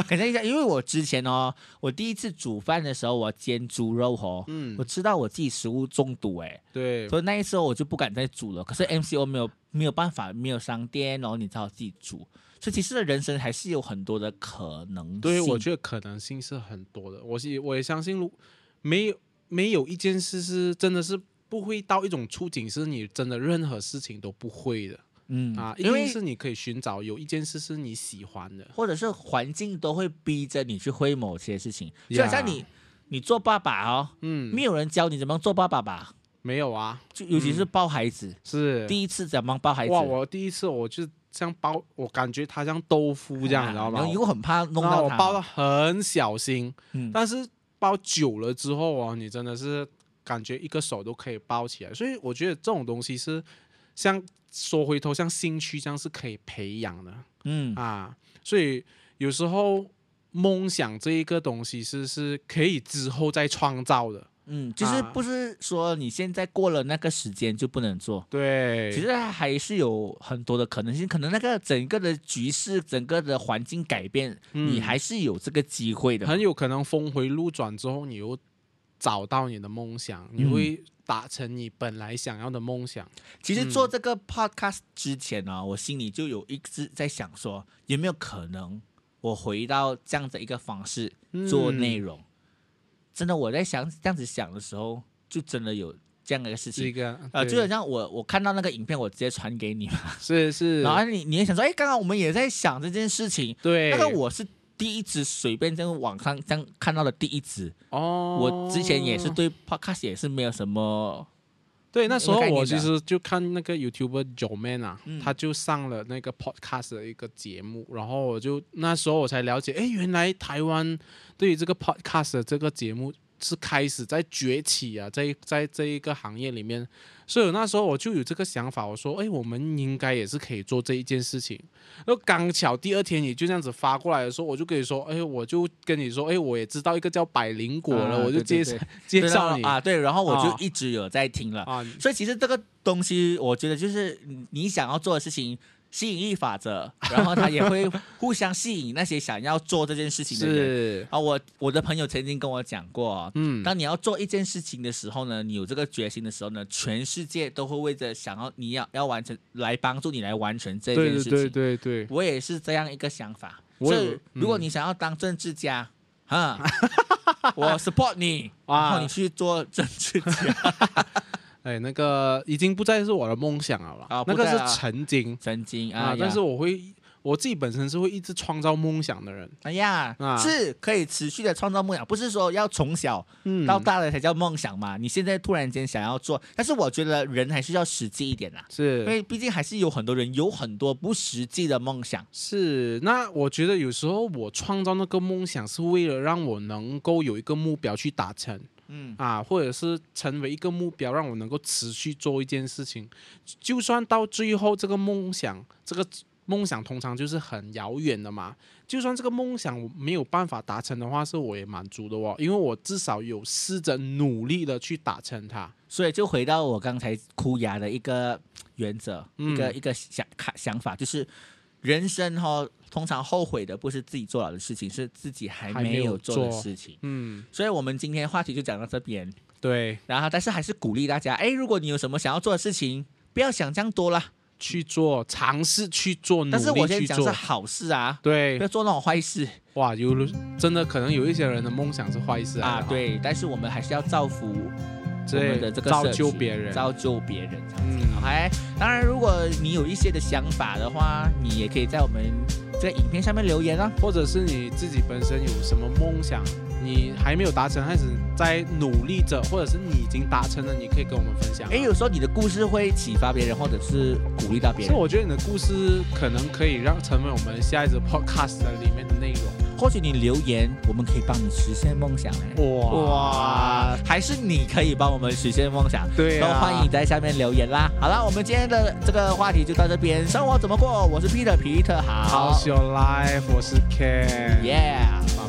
Speaker 1: 感觉一下。因为我之前哦，我第一次煮饭的时候，我煎猪肉哦，
Speaker 2: 嗯
Speaker 1: 我，知道我自己食物中毒哎，
Speaker 2: 对，
Speaker 1: 所以那一次我就不敢再煮了。可是 MCO 没有没有办法，没有商店，然后你只好自己煮。所以其实人生还是有很多的可能性。
Speaker 2: 对，我觉得可能性是很多的。我是我也相信，如没有没有一件事是真的是不会到一种处境，是你真的任何事情都不会的
Speaker 1: 嗯
Speaker 2: 啊。一
Speaker 1: 因为
Speaker 2: 定是你可以寻找有一件事是你喜欢的，
Speaker 1: 或者是环境都会逼着你去会某些事情，
Speaker 2: Yeah
Speaker 1: 就好像你你做爸爸哦，
Speaker 2: 嗯，
Speaker 1: 没有人教你怎么做爸爸吧？
Speaker 2: 没有啊，
Speaker 1: 就尤其是抱孩子，
Speaker 2: 是
Speaker 1: 第一次怎么抱孩子，
Speaker 2: 哇，我第一次我就像包，我感觉它像豆腐这样，你知道
Speaker 1: 啊
Speaker 2: 吗
Speaker 1: 然后？又很怕弄
Speaker 2: 然后
Speaker 1: 到
Speaker 2: 我
Speaker 1: 他，
Speaker 2: 包的很小心，
Speaker 1: 嗯，
Speaker 2: 但是包久了之后啊，你真的是感觉一个手都可以包起来，所以我觉得这种东西是像说回头像兴趣这样是可以培养的
Speaker 1: 嗯
Speaker 2: 啊，所以有时候梦想这一个东西是是可以之后再创造的，
Speaker 1: 嗯，就是
Speaker 2: 啊
Speaker 1: 不是说你现在过了那个时间就不能做。
Speaker 2: 对，
Speaker 1: 其实还是有很多的可能性，可能那个整个的局势、整个的环境改变，
Speaker 2: 嗯
Speaker 1: 你还是有这个机会的。
Speaker 2: 很有可能峰回路转之后，你又找到你的梦想，你
Speaker 1: 嗯
Speaker 2: 会达成你本来想要的梦想，
Speaker 1: 其实
Speaker 2: 嗯
Speaker 1: 做这个 podcast 之前呢、我心里就有一直在想说，有没有可能我回到这样的一个方式做
Speaker 2: 嗯
Speaker 1: 内容？真的，我在想这样子想的时候，就真的有这样的一个事
Speaker 2: 是一
Speaker 1: 情。
Speaker 2: 个
Speaker 1: 呃，
Speaker 2: 对
Speaker 1: 就好像我我看到那个影片，我直接传给你嘛，
Speaker 2: 是是，
Speaker 1: 然后你你也想说，哎，刚刚我们也在想这件事情，
Speaker 2: 对
Speaker 1: 那个我是第一支随便在网上这样看到的第一支，
Speaker 2: 哦，
Speaker 1: 我之前也是对 podcast 也是没有什么
Speaker 2: 对，那时候
Speaker 1: 概念的
Speaker 2: 我其实就看那个 YouTuber Joe Man 啊，
Speaker 1: 嗯
Speaker 2: 他就上了那个 Podcast 的一个节目，然后我就那时候我才了解，哎，原来台湾对于这个 Podcast 的这个节目是开始在崛起啊，在在这一个行业里面，所以我那时候我就有这个想法，我说，哎，我们应该也是可以做这一件事情。然后刚巧第二天你就这样子发过来的时候，我就跟你说，哎，我就跟你说，哎，我也知道一个叫百灵果了，
Speaker 1: 啊
Speaker 2: 我就
Speaker 1: 对对
Speaker 2: 介
Speaker 1: 对对
Speaker 2: 绍介
Speaker 1: 然
Speaker 2: 绍
Speaker 1: 后
Speaker 2: 你
Speaker 1: 啊，对，然后我
Speaker 2: 啊
Speaker 1: 就一直有在听了，
Speaker 2: 啊
Speaker 1: 所以其实这个东西，我觉得就是你你想要做的事情，吸引力法则， (laughs) 然后它也会互相吸引那些想要做这件事情的人。
Speaker 2: 是。
Speaker 1: 啊，我我的朋友曾经跟我讲过，
Speaker 2: 嗯，
Speaker 1: 当你要做一件事情的时候呢，你有这个决心的时候呢，全世界都会为着想要你要要完成来帮助你来完成这件
Speaker 2: 对
Speaker 1: 事情。
Speaker 2: 对对对对，
Speaker 1: 我也是这样一个想法。
Speaker 2: 我
Speaker 1: 所
Speaker 2: 也
Speaker 1: 以如果你想要当政治家，哈、
Speaker 2: 嗯
Speaker 1: 我 support
Speaker 2: (laughs)
Speaker 1: 你，然后
Speaker 2: 啊
Speaker 1: 你，去做政治家。 (laughs)
Speaker 2: 哎，那个已经不再是我的梦想了吧？
Speaker 1: 啊
Speaker 2: 那
Speaker 1: 不
Speaker 2: 个
Speaker 1: 再了
Speaker 2: 是曾经
Speaker 1: 曾经
Speaker 2: 啊
Speaker 1: 啊，，
Speaker 2: 但是我会我自己本身是会一直创造梦想的人，
Speaker 1: 哎呀，
Speaker 2: 啊
Speaker 1: 是可以持续的创造梦想，不是说要从小
Speaker 2: 嗯
Speaker 1: 到大的才叫梦想嘛？你现在突然间想要做，但是我觉得人还是要实际一点啦、因
Speaker 2: 是
Speaker 1: 为毕竟还是有很多人有很多不实际的梦想。
Speaker 2: 是。那我觉得有时候我创造那个梦想是为了让我能够有一个目标去达成，
Speaker 1: 嗯，
Speaker 2: 啊，或者是成为一个目标，让我能够持续做一件事情。就算到最后这个梦想，这个梦想通常就是很遥远的嘛。就算这个梦想我没有办法达成的话，是我也满足的哦，因为我至少有试着努力的去达成它。
Speaker 1: 所以就回到我刚才哭牙的一个原则，
Speaker 2: 嗯
Speaker 1: 一个一个想看想法，就是人生哈、通常后悔的不是自己做了的事情，是自己还
Speaker 2: 还没
Speaker 1: 没
Speaker 2: 有
Speaker 1: 有做的
Speaker 2: 做
Speaker 1: 事情。
Speaker 2: 嗯，
Speaker 1: 所以我们今天话题就讲到这边。
Speaker 2: 对，
Speaker 1: 然后，但是还是鼓励大家，哎，如果你有什么想要做的事情，不要想这样多啦。
Speaker 2: 去做，尝试去做，
Speaker 1: 但是
Speaker 2: 努力
Speaker 1: 我先
Speaker 2: 去
Speaker 1: 讲是
Speaker 2: 做。
Speaker 1: 好事啊，不
Speaker 2: 对
Speaker 1: 要，做那种坏事
Speaker 2: 哇，有的真的可能有一些人的梦想是坏事来的
Speaker 1: 啊。
Speaker 2: 哈，
Speaker 1: 对，但是我们还是要造福我
Speaker 2: 对
Speaker 1: 们的这个
Speaker 2: 造
Speaker 1: 社
Speaker 2: 就
Speaker 1: 区
Speaker 2: 别人。
Speaker 1: 造就别人这样子。
Speaker 2: 嗯
Speaker 1: OK，当然，如果你有一些的想法的话，你也可以在我们这个影片下面留言哦。
Speaker 2: 或者是你自己本身有什么梦想，你还没有达成，还是在努力着，或者是你已经达成了，你可以跟我们分享。啊
Speaker 1: 哎，有时候你的故事会启发别人，或者是鼓励到别
Speaker 2: 所以
Speaker 1: 人。
Speaker 2: 我觉得你的故事可能可以让成为我们下一
Speaker 1: (laughs)
Speaker 2: 支 podcast 的里面的内容。
Speaker 1: 或许你留言，我们可以帮你实现梦想。哎哇，还是你可以帮我们实现梦想。
Speaker 2: 对
Speaker 1: 都
Speaker 2: 啊，
Speaker 1: 欢迎在下面留言啦。好了，我们今天的这个话题就到这边。生活怎么过？我是 Peter 皮特，好
Speaker 2: ，How's your life？我是 Ken，
Speaker 1: ，Yeah，
Speaker 2: 拜